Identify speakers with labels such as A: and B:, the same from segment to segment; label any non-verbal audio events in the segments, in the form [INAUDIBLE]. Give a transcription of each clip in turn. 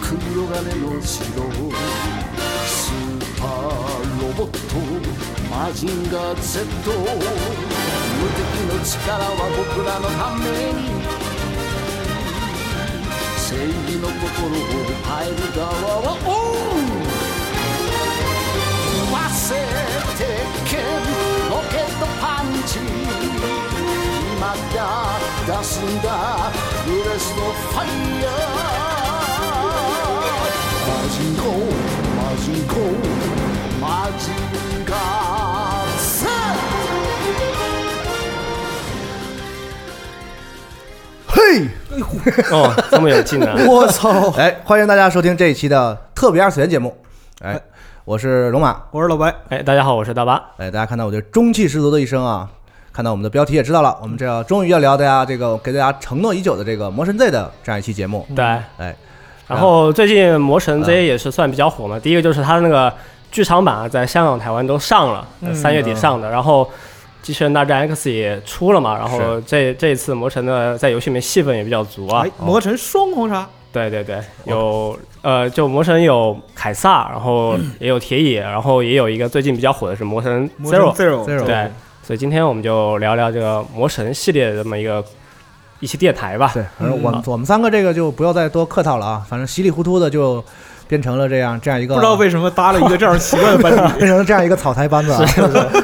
A: 金の城スーパーロボットマジンガー Z 無敵の力は僕らのために正義の心を変える側はオンわせてけるロケットパンチ今だ出すんだブレスのファイヤーマジンコマジンコマジンガー Z
B: 嘿，
C: [LAUGHS] 哦，这么有劲啊！
B: [LAUGHS] 我操！哎，欢迎大家收听这一期的特别二次元节目。哎，我是龙马。
D: 我是老白，
C: 哎，大家好，我是大巴。
B: 哎，大家看到我这中气十足的一生啊，看到我们的标题也知道了，我们这要终于要聊大家这个给大家承诺已久的这个《魔神 Z》的这样一期节
D: 嗯
B: 目。
C: 对，
B: 哎，
C: 然后最近《魔神 Z》也是算比较火嘛。第一个就是它的那个剧场版啊，在香港、台湾都上了，
D: 嗯
C: 三月底上的。然后《机器人大战 X》也出了嘛。然后这这一次魔神的在游戏里面戏份也比较足啊
D: 哎。，哦魔神双红茶，
C: 对对对，有呃，就魔神有凯撒，然后也有铁野，然后也有一个最近比较火的是魔神
D: 嗯魔神
C: Zero。
D: Zero，
B: Zero
C: 对，所以今天我们就聊聊这个魔神系列的这么一个一期电台吧。
B: 对，反正我
D: 嗯
B: 们、嗯我们三个这个就不要再多客套了啊，反正稀里糊涂的就哎变成了这样这样一个
D: 不知道为什么搭了一个这样奇怪的
C: [LAUGHS]
D: 班底。
B: 变成了这样一个草台班子、
D: [LAUGHS]
B: 啊。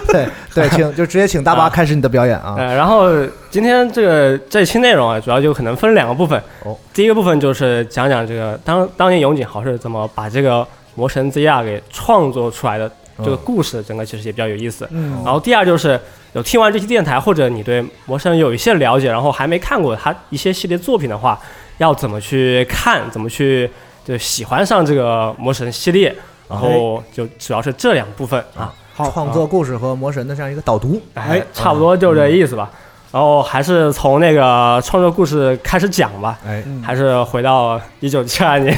B: 对对，请就直接请大巴
C: 啊
B: 开始你的表演
D: 哎
B: 啊。
C: 呃，然后今天这个这期内容啊，主要就可能分两个部分。
B: 哦，
C: 第一个部分就是讲讲这个当当年永井豪是怎么把这个《魔神 ZR》给创作出来的，这个
B: 嗯
C: 故事整个其实也比较有意思。
D: 嗯
C: 然后第二就是有听完这期电台，或者你对魔神有一些了解，然后还没看过他一些系列作品的话，要怎么去看，怎么去就喜欢上这个魔神系列，然
B: 哎
C: 后就主要是这两部分啊。
D: 好
B: 创作故事和魔神的这样一个导读，
C: 哎
D: 哎，
C: 差不多就这意思吧。然后还是从那个创作故事开始讲吧，
B: 哎，
D: 嗯
C: 还是回到一九七二年，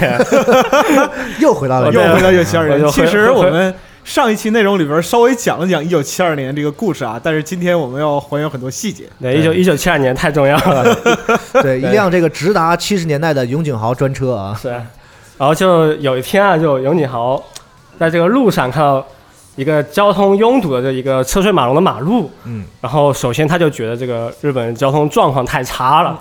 B: 又回到了
C: 我
D: 又
C: 对
D: 回到一九七二
C: 我
D: 年。
C: 就
D: 其
C: 回
D: 实我们上一期内容里边稍微讲了讲一九七二年这个故事啊，但是今天我们要还原很多细节。
C: 对，一九一九七二年太重要了，
B: [LAUGHS] 对一辆这个直达七十年代的永井豪专车啊，
C: 是。然后就有一天啊，就永井豪在这个路上看到一个交通拥堵的这一个车水马龙的马路，
B: 嗯，
C: 然后首先他就觉得这个日本交通状况太
B: [LAUGHS]
C: 差了，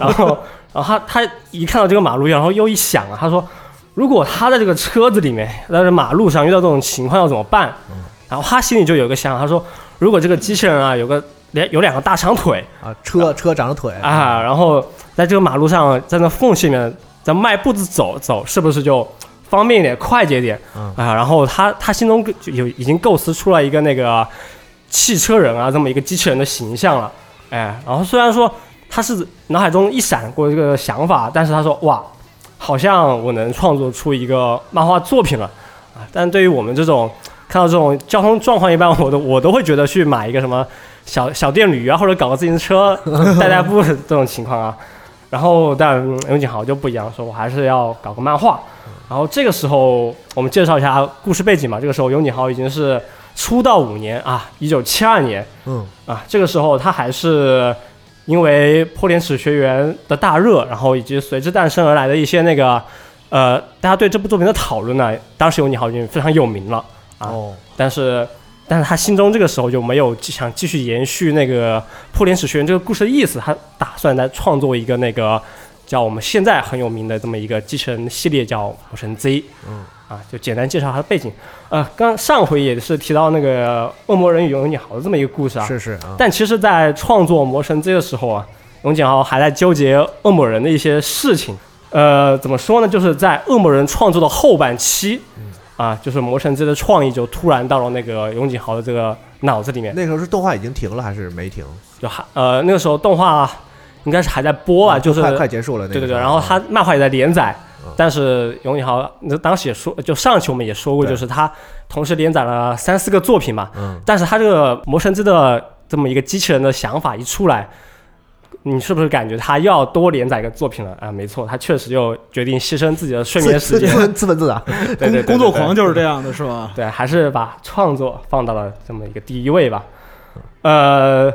C: 然后然后他他一看到这个马路，然后又一想啊，他说如果他在这个车子里面，在这马路上遇到这种情况要怎么办？
B: 嗯
C: 然后他心里就有一个想法，他说如果这个机器人啊有个连有两个大长腿
B: 啊，车车长了腿，
C: 啊，然后在这个马路上在那缝隙里面在迈步子走走，是不是就方便一点、快捷一点？
B: 嗯
C: 啊，然后他他心中就有已经构思出来一个那个汽车人啊这么一个机器人的形象了，哎，然后虽然说他是脑海中一闪过这个想法，但是他说哇，好像我能创作出一个漫画作品了啊！但对于我们这种看到这种交通状况一般，我都我都会觉得去买一个什么小小电驴啊，或者搞个自行车代代步这种情况啊。然后但嗯永井豪就不一样，说我还是要搞个漫画。然后这个时候我们介绍一下故事背景吧。这个时候永井豪已经是出道五年啊，一九七二年，
B: 嗯，
C: 啊，这个时候他还是因为破脸史学员的大热，然后以及随之诞生而来的一些那个呃，大家对这部作品的讨论呢，当时有你好已经非常有名了啊，
B: 哦，
C: 但是但是他心中这个时候就没有想继续延续那个破脸史学员这个故事的意思，他打算来创作一个那个叫我们现在很有名的这么一个机器人系列，叫魔神 Z。
B: 嗯。
C: 啊，就简单介绍它的背景。呃，刚上回也是提到那个恶魔人与永远好的这么一个故事啊，
B: 是是啊，
C: 但其实，在创作《魔神 Z》的时候啊，永井豪还在纠结恶魔人的一些事情。呃，怎么说呢？就是在恶魔人创作的后半期，啊，就是《魔神 Z》的创意就突然到了那个永井豪的这个脑子里面，
B: 那时候是动画已经停了还是没停？
C: 就还呃那个时候动画应该是还在播啊，就是
B: 哦快快结束了，那
C: 对
B: 个啊嗯
C: 对
B: 时
C: 对，
B: 候 [LAUGHS]
C: 然后他漫画也在连载，但是永井豪那当时也说，就上期我们也说过，
B: 对
C: 就是他同时连载了三四个作品嘛，
B: 嗯
C: 但是他这个魔神之的这么一个机器人的想法一出来，你是不是感觉他又要多连载一个作品了啊？没错，他确实又决定牺牲自己的睡眠
B: 自自 [LAUGHS]
C: 时间，
B: 自问自问自答，
C: 对对对对
D: 工工作
C: 对
D: 狂就是这样的，是 [LAUGHS] 吧？
C: 对，还是把创作放到了这么一个第一位吧。呃，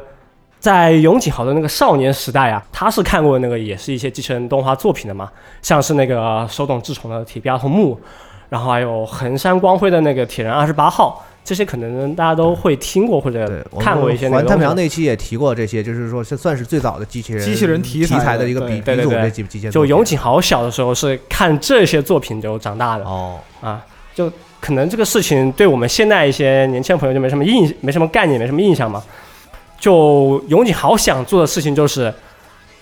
C: 在永井豪的那个少年时代啊，他是看过那个也是一些机器人动画作品的嘛，像是那个呃手冢治虫的《铁臂阿童木》，然后还有横山光辉的那个《铁人二十八号》，这些可能大家都会听过或
B: 对
C: 者，
B: 我们
C: 看过一些那
B: 环
C: 个
B: 太
C: 东
B: 平洋
C: 西。
B: 那期也提过这些，就是说是算是最早的机器人
D: 机器人题
B: 题
D: 材
B: 的
D: 的
B: 一个
D: 对
B: 鼻
C: 对
B: 鼻
C: 对
B: 祖
C: 对
B: 这几机器人
C: 就
B: 作品
C: 永井豪小的时候是看这些作品就长大的
B: 哦， [LAUGHS]
C: 啊，就可能这个事情对我们现在一些年轻朋友就没什么印，没什么概念，没什么印象嘛。就永井豪想做的事情，就是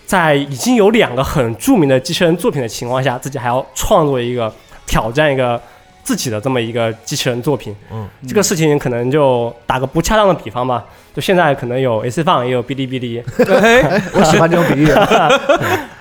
C: 在已经有两个很著名的机器人作品的情况下，自己还要创作一个挑战一个自己的这么一个机器人作品。
B: 嗯，
C: 这个事情可能就打个不恰当的比方吧，就现在可能有 AC 放，也有哔哩哔哩，
D: 哎，
B: 我喜欢这种比喻，哎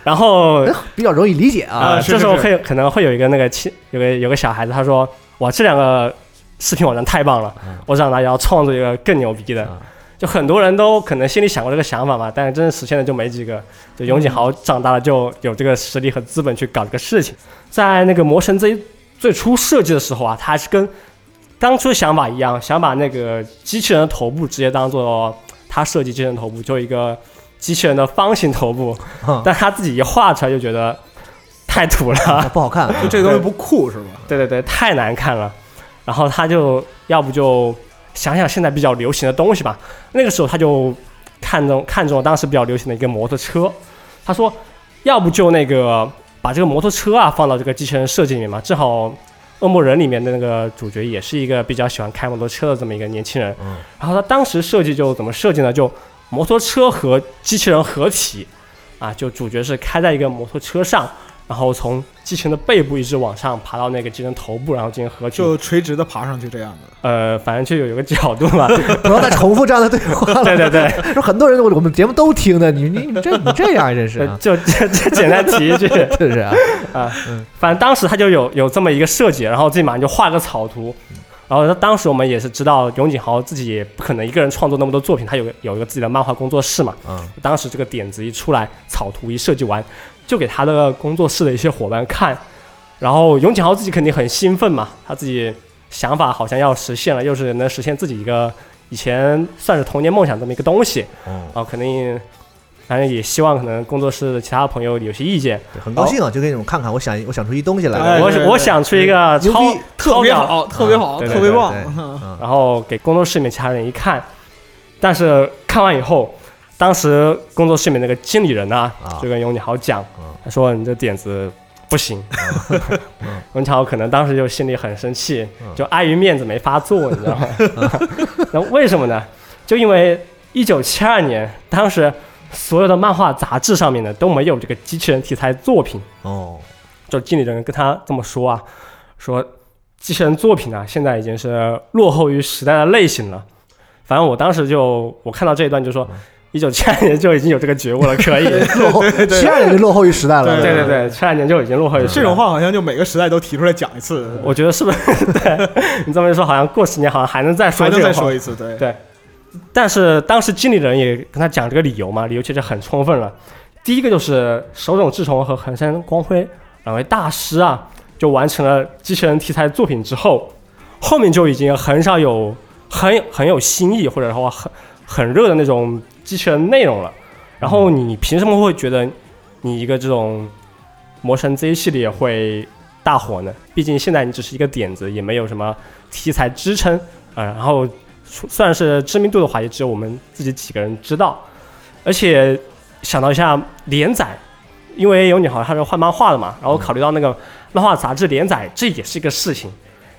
C: 然后
B: 比较容易理解啊。
C: 啊，
D: 是
C: 这
D: 是
C: 时候
D: 是
C: 会有可能会有一个那个亲，有个有个小孩子，他说：“哇，这两个视频网站太棒了，
D: 嗯
C: 我长大也要创作一个更牛逼的。
B: 啊
C: 就很多人都可能心里想过这个想法嘛，但是真正实现的就没几个。就
D: 嗯
C: 永井豪长大了就有这个实力和资本去搞这个事情。在那个《魔神 Z》最初设计的时候啊，他还是跟当初的想法一样，想把那个机器人的头部直接当做他设计机器人的头部，就一个机器人的方形头部， [LAUGHS]
B: 啊
C: 但他自己一画出来就觉得太土了，
B: 不好看啊， [LAUGHS]
D: 就这东西不酷是吧？
C: [LAUGHS] 对对对，太难看了。然后他就要不就想想现在比较流行的东西吧。那个时候他就看中看中了当时比较流行的一个摩托车，他说要不就那个把这个摩托车啊放到这个机器人设计里面嘛，正好。恶魔人里面的那个主角也是一个比较喜欢开摩托车的这么一个年轻人，
B: 嗯
C: 然后他当时设计就怎么设计呢？就摩托车和机器人合体，啊，就主角是开在一个摩托车上，然后从机器人的背部一直往上爬到那个机器人头部，然后进行合体。
D: 就垂直的爬上去这样的。
C: 呃，反正就有一个角度嘛。
B: 不要再重复这样 [LAUGHS] 的对话了。
C: 对对对，
B: 说很多人我我们节目都听的，你你你这你这样真是
C: 呃
B: 啊，
C: 就这这简单提一句，
B: [LAUGHS] 是不是啊？
C: 反正当时他就有有这么一个设计，然后自己马上就画个草图。然后他当时我们也是知道永井豪自己也不可能一个人创作那么多作品，他有个有一个自己的漫画工作室嘛。
B: 嗯，
C: 当时这个点子一出来，草图一设计完，就给他的工作室的一些伙伴看，然后永井豪自己肯定很兴奋嘛，他自己想法好像要实现了，又是能实现自己一个以前算是童年梦想这么一个东西，
B: 哦，
C: 然后啊肯定，反正也希望可能工作室的其他朋友有些意见，
B: 对很高兴啊，就给你们看看，我想我想出一东西来了
D: 哎。
C: 我
D: 对对
C: 我想出一个
B: 牛
C: 超
B: 逼
D: 特
C: 超
D: 别
C: 屌
D: 好，特别好，
C: 啊对对
D: 特别棒
B: 对对！嗯
C: 然后给工作室里面其他人一看，但是看完以后，当时工作室里面那个经理人呢、
B: 啊
C: 就跟永井豪讲，
B: 嗯
C: 他说你这点子不行。 [LAUGHS] 永井豪可能当时就心里很生气，
B: 嗯
C: 就碍于面子没发作，你知道吗？
B: [LAUGHS]
C: 那为什么呢？就因为一九七二年，当时所有的漫画杂志上面呢都没有这个机器人题材作品。
D: [LAUGHS]
B: 哦，
C: 就经理人跟他这么说啊，说机器人作品啊，现在已经是落后于时代的类型了。反正我当时就我看到这一段就
D: 嗯
C: 说，一九七二年就已经有这个觉悟了，可
D: [LAUGHS]
C: 以。
B: 七二年就落后于时代了。
C: 对对对，七二年就已经落后于时代
D: 这种话好像就每个时代都提出来讲一次，
C: 我觉得是不是？ [LAUGHS] 对你这么一说，好像过十年好像还能再说
D: 还
C: 这种
D: 能再
C: 话
D: 说。一次，对
C: 对但是当时经理人也跟他讲这个理由嘛，理由其实很充分了。第一个就是手冢治虫和横山光辉两位大师啊，就完成了机器人题材作品之后，后面就已经很少有很很有新意或者说很很热的那种机器人内容了。然后你凭什么会觉得你一个这种魔神 Z 系列会大火呢？毕竟现在你只是一个点子，也没有什么题材支撑啊、呃然后算是知名度的话，也只有我们自己几个人知道。而且想到一下连载，因为有你好像他是画漫画的嘛，然后考虑到那个漫画杂志连载，这也是一个事情，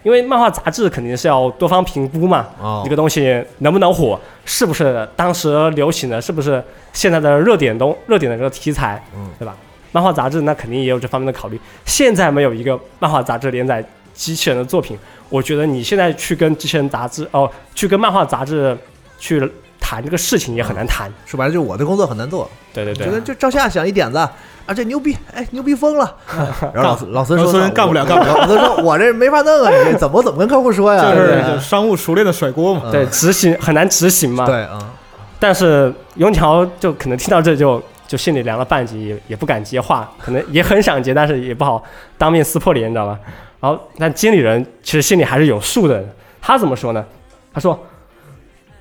C: 因为漫画杂志肯定是要多方评估嘛，
B: 哦
C: 这个东西能不能火，是不是当时流行的，是不是现在的热点东热点的这个题材，
B: 嗯
C: 对吧？漫画杂志那肯定也有这方面的考虑。现在没有一个漫画杂志连载机器人的作品，我觉得你现在去跟机器人杂志哦，去跟漫画杂志去谈这个事情也很难谈。
B: 说白了就是我的工作很难做，
C: 嗯对对
D: 啊
C: 对
B: 觉，得就照下想一点子啊，这牛逼，哎，牛逼疯
D: [LAUGHS]
B: 了。然后老孙老孙说
D: 老孙干不了干不
B: 了。老孙说我这没法弄啊，你这怎么怎么跟客户说呀？
D: 就
C: 对
D: 是
C: 对
D: 就商务熟练的甩锅嘛。
C: 对执行很难执行嘛。
B: 对啊，
C: 但是永桥就可能听到这就就心里凉了半截，也也不敢接话，可能也很想接，但是也不好当面撕破脸，你知道吧？然后，但经理人其实心里还是有数的，他怎么说呢？他说：“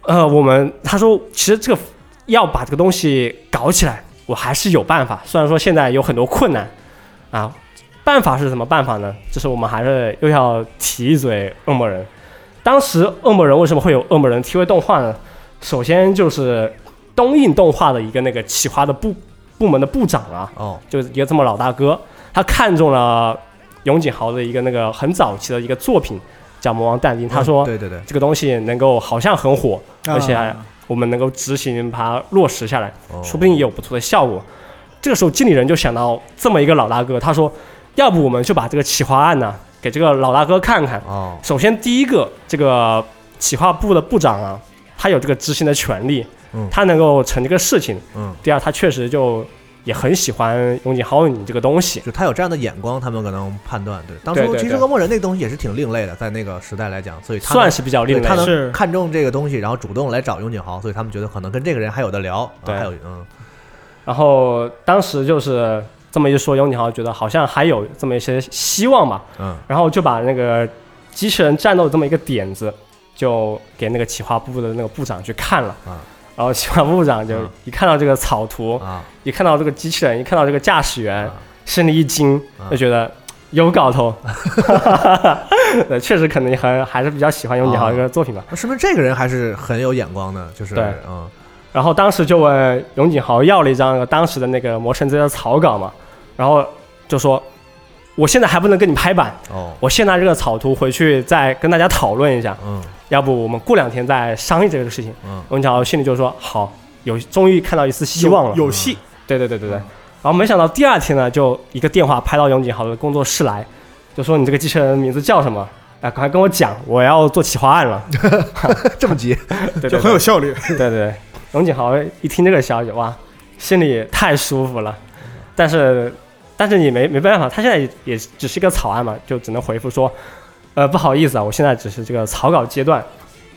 C: 呃，我们他说其实这个要把这个东西搞起来，我还是有办法。虽然说现在有很多困难啊，办法是什么办法呢？就是我们还是又要提一嘴恶魔人。当时恶魔人为什么会有恶魔人 TV 动画呢？首先就是东映动画的一个那个企划的部部门的部长啊，
E: 哦，
C: 就是一个这么老大哥，他看中了永井豪的一个那个很早期的一个作品，叫《魔王但丁》，他说、
E: 嗯对对对，
C: 这个东西能够好像很火，而且还
D: 啊
C: 我们能够执行把它落实下来，
E: 哦
C: 说不定有不错的效果。这个时候经理人就想到这么一个老大哥，他说，要不我们就把这个企划案呢、给这个老大哥看看。
E: 哦，
C: 首先第一个，这个企划部的部长啊，他有这个执行的权利，
E: 嗯
C: 他能够成这个事情。
E: 嗯，
C: 第二，他确实就也很喜欢永井豪影这个东西。
E: 就他有这样的眼光，他们可能判断对。当
C: 对
E: 初
C: 对
E: 其实
C: 对
E: 恶魔人那个东西也是挺另类的，在那个时代来讲，所以他
C: 算
E: 们
C: 是比较
E: 对
C: 另类
E: 他
C: 的，
E: 能
D: 是
E: 看中这个东西，然后主动来找永井豪，所以他们觉得可能跟这个人还有的聊，啊
C: 对
E: 还有嗯，
C: 然后当时就是这么一说，永井豪觉得好像还有这么一些希望吧，
E: 嗯，
C: 然后就把那个机器人战斗这么一个点子，就给那个企划部的那个部长去看了，
E: 啊
C: 然后企划部长就
E: 嗯
C: 一看到这个草图，
E: 啊，
C: 一看到这个机器人，一看到这个驾驶员，
E: 啊
C: 心里一惊，
E: 啊
C: 就觉得。有搞头， [LAUGHS] 对，确实可能还还是比较喜欢永井豪这个作品吧。
E: 那说明这个人还是很有眼光的，就是
C: 对
E: 嗯
C: 然后当时就问永井豪要了一张那个当时的那个《魔神 Z》的草稿嘛，然后就说，我现在还不能跟你拍板，
E: 哦
C: 我先拿这个草图回去再跟大家讨论一下，
E: 嗯
C: 要不我们过两天再商议这个事情。 [LAUGHS]
E: 嗯
C: 永井豪心里就说好，有终于看到一丝希望了。
D: 有有戏，
C: 对对对对对。然后没想到第二天呢，就一个电话拍到永井豪的工作室来，就说你这个机器人名字叫什么？啊，赶快跟我讲，我要做企划案
D: [LAUGHS]
C: 了。
E: 这么急，
C: 对对
D: 就
C: 对
D: 很有效率。
C: 对对对，龙井豪一听这个消息，哇，心里太舒服了。但是，但是也没没办法，他现在也也只是一个草案嘛，就只能回复说，呃，不好意思啊，我现在只是这个草稿阶段，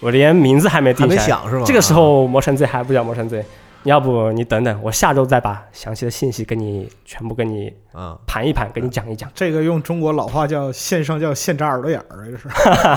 C: 我连名字还没
E: 还
C: 定
E: 没
C: 下来。
E: 想是吗？
C: 这个时候，魔神 Z 还不叫魔神 Z，你要不你等等，我下周再把详细的信息跟你全部跟你
E: 啊，
C: 盘一盘，跟你讲一讲。
D: 这个用中国老话叫线上叫线扎耳朵眼儿，这
E: 哦
D: 是
C: [LAUGHS]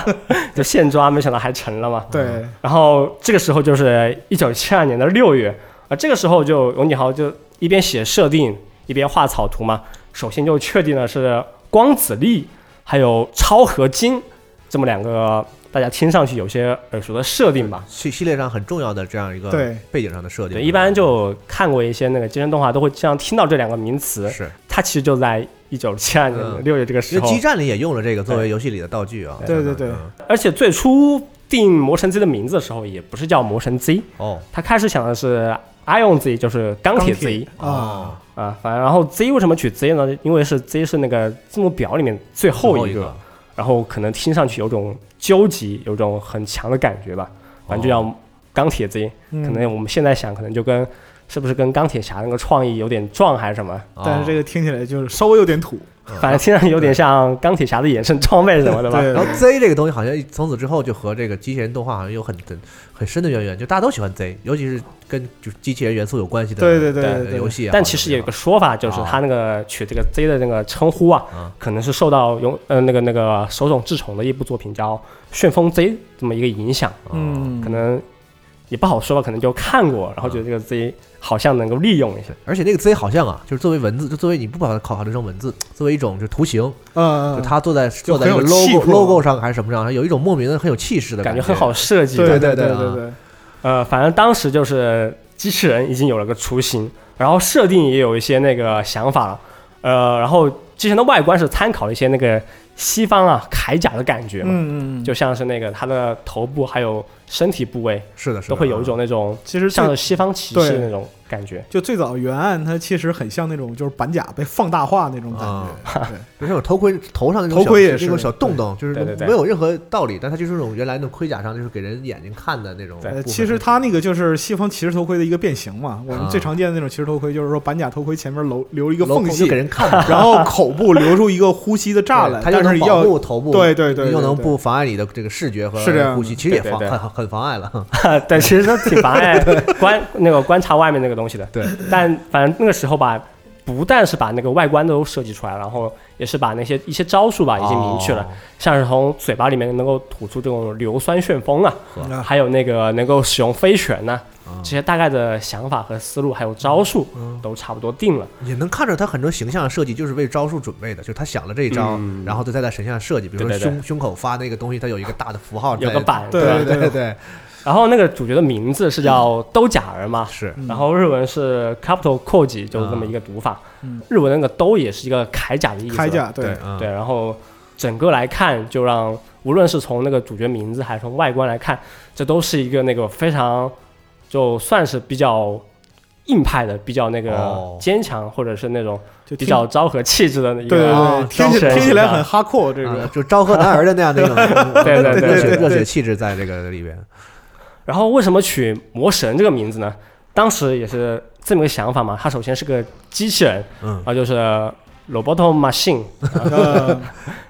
C: 就现抓，没想到还成了嘛。
D: 对，
C: 然后这个时候就是一九七二年的六月啊，这个时候就永井豪就一边写设定一边画草图嘛。首先就确定了是光子力还有超合金这么两个大家听上去有些耳熟的设定吧。
E: 系系列上很重要的这样一个
D: 对
E: 背景上的设定，
C: 对，一般就看过一些那个机身动画，都会经常听到这两个名词。
E: 嗯是
C: 它其实就在一九七二年的
E: 嗯
C: 六月这个时
E: 因为
C: 候，
E: 激战里也用了这个作为游戏里的道具啊，相
D: 对
E: 当于
D: 对对
E: 嗯
C: 而且最初定魔神 Z 的名字的时候，也不是叫魔神 Z，
E: 哦
C: 他开始想的是 Ion Z，就是钢铁 Z。
E: 哦
D: 啊，
C: 啊，反正然后 Z 为什么取 Z 呢？因为是 Z 是那个字母表里面最后
E: 后
C: 一
E: 个
C: 然后可能听上去有种纠结，有种很强的感觉吧。反正就叫钢铁 Z，、
D: 嗯
C: 可能我们现在想，可能就跟是不是跟钢铁侠那个创意有点撞还是什 [LAUGHS] 么？
E: 哦
D: 但是这个听起来就是稍微有点土，
E: 嗯
C: 反正听上去有点像钢铁侠的衍生装备什么的吧。
D: 对
E: 然后 Z 这个东西好像从此之后就和这个机器人动画好像有很很很深的渊源，就大家都喜欢 Z，尤其是跟就是机器人元素有关系的
D: 对对对
E: 呃
D: 对对
E: 游戏啊。
C: 但其实有一个说法，就是他那个取这个 Z 的那个称呼啊，
E: 嗯
C: 可能是受到永呃那个那个手冢治虫的一部作品叫《旋风 Z》这么一个影响。
E: 嗯，
C: 可能也不好说吧，可能就看过，然后觉得这个 Z 好像能够利用一下。
E: 而且那个 Z 好像啊，就是作为文字，就作为你不把它考考虑成文字，作为一种就是图形，
D: 嗯，
E: 就
D: 嗯
E: 它坐在坐在
D: 很
E: 这个
D: 有气
E: logo
D: 魄
E: logo 上还是什么上，它有一种莫名的很有气势的
C: 感
E: 觉啊
C: 觉很好。设计。
D: 对
E: 对
D: 对
E: 对
D: 对
E: 啊
D: 对，
C: 呃，反正当时就是机器人已经有了个雏形，然后设定也有一些那个想法了。呃，然后机器人的外观是参考了一些那个西方啊铠甲的感觉嘛，
D: 嗯嗯，
C: 就像是那个它的头部还有身体部位
E: 是的，是的，
C: 都会有一种那种
D: 啊其实
C: 像
D: 最
C: 是西方骑士
D: 对
C: 那种感
D: [LAUGHS]
C: 觉。
D: 就最早原案它其实很像那种就是板甲被放大化那种感觉，
E: [LAUGHS]
D: 对
E: 嗯，比如说有头盔头上那种
D: 头
E: 小
D: 盔也是
E: 那种小洞洞，就是
C: 对对对
E: 没有任何道理，但它就是那种原来那种盔甲上就是给人眼睛看的那种部分。
D: 呃，其实它那个就是西方骑士头盔的一个变形嘛。我
E: 啊
D: 们最常见的那种骑士头盔，就是说板甲头盔前面留留一个
E: 镂
D: 缝
E: 空
D: 隙
E: 就给，人 [LAUGHS] 看的。
D: [LAUGHS] 然后口部留出一个呼吸的栅栏，
E: 对它
D: 但
E: 又能
D: 是
E: 保
D: 要
E: 护头部，
D: 对对对对
E: 又能
D: 对
E: 不妨碍你的这个视觉和
D: 是这样
E: 呼吸，其实也
C: 对
E: 妨
C: 对
E: 很很妨碍了。
C: 对，其
D: [LAUGHS]
C: 实都挺妨碍观那个观察外面那个东西的。
E: 对，
C: 但反正那个时候吧，不但是把那个外观都设计出来，然后也是 [LAUGHS] 把那些一些招数吧已经明
D: 哦
C: 确了，
B: 哦
C: 像是从嘴巴里面能够吐出这种硫酸旋风啊，
D: 啊
C: 还有那个能够使用飞拳呐、这些大概的想法和思路还有招数
D: 嗯
C: 都差不多定了。
B: 也能看着他很多形象设计就是为招数准备的，就是他想了这一招，
C: 嗯
B: 然后他再在神像设计，比如说
C: 对对对
B: 胸胸口发那个东西，它有一个大的符号在，
C: 有个板，
D: 对
C: 吧
B: 对对对对，
C: 然后那个主角的名字是
D: 嗯
C: 叫兜甲儿
B: [LAUGHS]
C: 嘛，
B: 是
C: 然后日文是 capital koji，就是这么一个读法。
D: 嗯
C: 日文那个兜也是一个铠甲的意思。
D: 铠甲对
B: 对，啊
C: 对，然后整个来看，就让无论是从那个主角名字还是从外观来看，这都是一个那个非常就算是比较硬派的、比较那
B: 哦
C: 个坚强，或者是那种
D: 就
C: 比
D: 听
C: 较昭和气质的一个。
D: 对对对，
B: 啊
D: 听
C: 招
D: 起
C: 式
D: 听起来
C: 是吧
D: 很哈阔这
B: 啊
D: 个，
B: 就昭和男儿的那样的一种
C: [LAUGHS] 对对对
B: 热血
C: 对对
B: 热血气质在这个里边，
C: 然后为什么取魔神这个名字呢？当时也是这么个想法嘛。它首先是个机器人，
B: 嗯，
C: 啊，就是 robot machine，
D: [LAUGHS] 呃，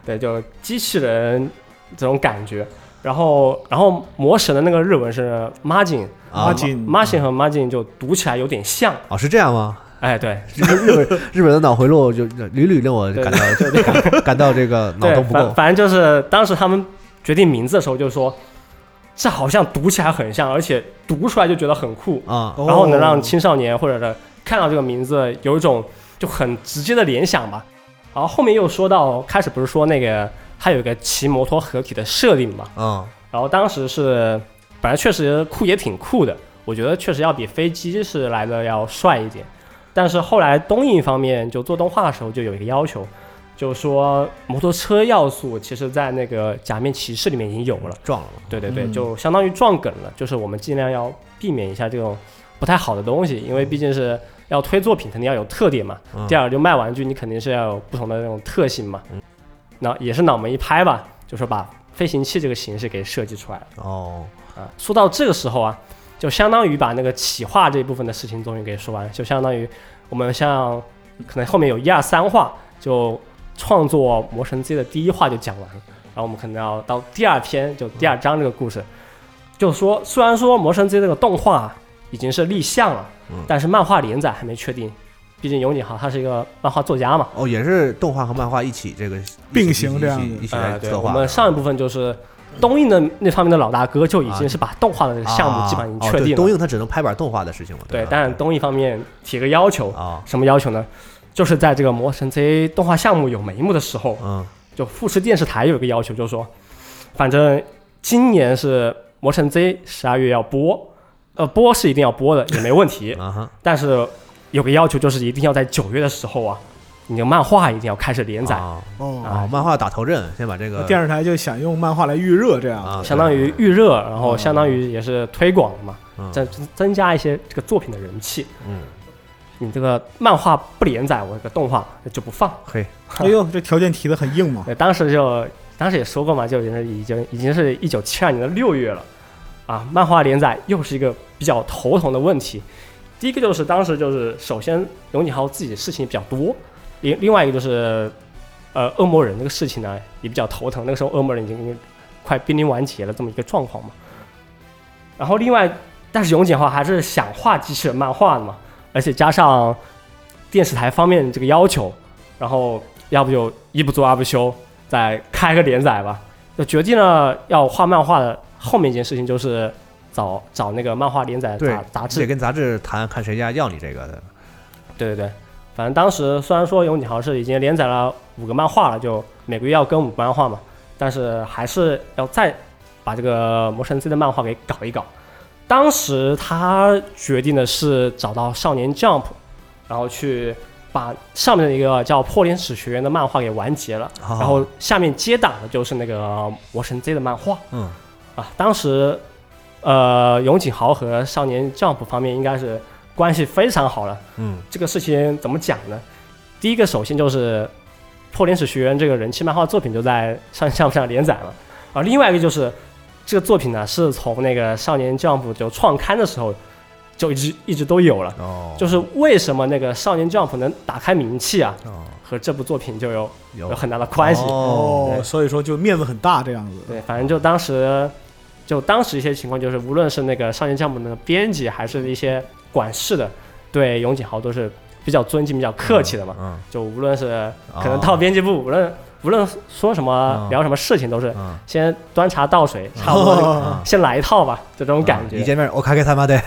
C: 对，就机器人这种感觉。然后，然后魔神的那个日文是 margin，
B: 啊
D: Margin
C: margin 和 margin 就读起来有点像，
B: 哦，是这样吗？
C: 哎，对，
B: 日日本 [LAUGHS] 日本的脑回路就屡屡令我感到感到这个脑
C: 对，
B: 洞不
C: 反
B: 够。
C: 反正就是当时他们决定名字的时候，就说这好像读起来很像，而且读出来就觉得很酷，
B: 啊
D: 哦
C: 然后能让青少年或者是看到这个名字有一种就很直接的联想吧。然后后面又说到，开始不是说那个还有一个骑摩托合体的设定嘛，
B: 啊
C: 然后当时是，本来确实酷也挺酷的，我觉得确实要比飞机是来的要帅一点。但是后来东映方面就做动画的时候就有一个要求，就说摩托车要素其实在那个假面骑士里面已经有了，
B: 撞了嘛
C: 对对对，
D: 嗯
C: 就相当于撞梗了，就是我们尽量要避免一下这种不太好的东西，因为毕竟是要推作品，肯定要有特点嘛。
B: 嗯
C: 第二就卖玩具，你肯定是要有不同的那种特性嘛。那也是脑门一拍吧，就说把飞行器这个形式给设计出来了。
B: 哦，
C: 啊，说到这个时候啊，就相当于把那个企划这一部分的事情终于给说完，就相当于我们像可能后面有一二三话，就创作《魔神 Z》的第一话就讲完了，然后我们可能要到第二篇，就第二章这个故事，就说虽然说《魔神 Z》这个动画啊已经是立项了，
B: 嗯
C: 但是漫画连载还没确定，毕竟有你好，他是一个漫画作家嘛。
B: 哦，也是动画和漫画一起这个
D: 并行
B: 一起
D: 这样
B: 一起一起
C: 呃，
B: 来
C: 对，
B: 策
C: 我
B: 划的。
C: 们上一部分就是东映的那方面的老大哥就已经是把动画的这个项目基本上已经
B: 啊
C: 确
B: 哦对
C: 定了
B: 东。映它只能拍板动画的事情嘛。
C: 对，
B: 吧
C: 当然东映方面提个要求，
B: 啊，
C: 什么要求呢？就是在这个《魔神 Z》动画项目有眉目的时候，
B: 嗯。
C: 就富士电视台有一个要求，就是说，反正今年是《魔神 Z》十二月要播，呃，播是一定要播的，也没问题
B: 啊哈，
C: 但是有个要求就是一定要在九月的时候啊，你的漫画一定要开始连载，
B: 啊
D: 哦，
B: 啊，漫画打头阵，先把这个
D: 电视台就想用漫画来预热这样，
B: 啊，
C: 相当于预热，然后相当于也是推广嘛，
B: 嗯
C: 增增加一些这个作品的人气。
B: 嗯，
C: 你这个漫画不连载，我这个动画就不放。
B: 嘿，
D: [LAUGHS] 哎呦，这条件提的很硬嘛，
C: 对，当时就当时也说过嘛，就已经是已经已经是一九七二年的六月了，啊，漫画连载又是一个比较头疼的问题。第一个就是当时就是首先永井豪自己的事情比较多，另另外一个就是呃恶魔人这个事情呢也比较头疼，那个时候恶魔人已经快濒临完结了这么一个状况嘛。然后另外，但是永井豪还是想画机器人漫画的嘛，而且加上电视台方面这个要求，然后要不就一不做二不休，再开个连载吧。就决定了要画漫画的后面一件事情就是找找那个漫画连载
B: 对
C: 杂杂
B: 你得
C: 志，
B: 跟杂志谈，看谁家要你这个的。
C: 对对对。反正当时虽然说永井豪是已经连载了五个漫画了，就每个月要更五个漫画嘛，但是还是要再把这个《魔神 Z》的漫画给搞一搞。当时他决定的是找到少年 Jump，然后去把上面的一个叫《破脸史学院》的漫画给完结了，
B: 哦
C: 然后下面接档的就是那个《魔神 Z》的漫画
B: 嗯
C: 啊。当时，呃，永井豪和少年 Jump 方面应该是关系非常好了。
B: 嗯
C: 这个事情怎么讲呢？第一个，首先就是《破脸史学院》这个人气漫画作品就在上项目上连载了，而另外一个就是这个作品呢是从那个《少年 Jump》就创刊的时候就一直一直都有了。
B: 哦，
C: 就是为什么那个《少年 Jump》能打开名气啊，
B: 哦
C: 和这部作品就有
B: 有
C: 有很大的关系。
B: 哦
D: 哦，所以说就面子很大这样子，
C: 对，反正就当时，就当时一些情况就是，无论是那个少年项目的编辑，还是一些管事的，对永井豪都是比较尊敬、比较客气的嘛。
E: 嗯
C: 就无论是
E: 哦
C: 可能到编辑部，无论无论说什么
E: 嗯
C: 聊什么事情，都是
E: 嗯
C: 先端茶倒水， [LAUGHS]
D: 哦
C: 差不多
D: [LAUGHS]
B: 嗯
C: 就先来一套吧，就这种感
B: 一
E: 哦
C: 觉。
B: 啊见面，我卡给他妈的，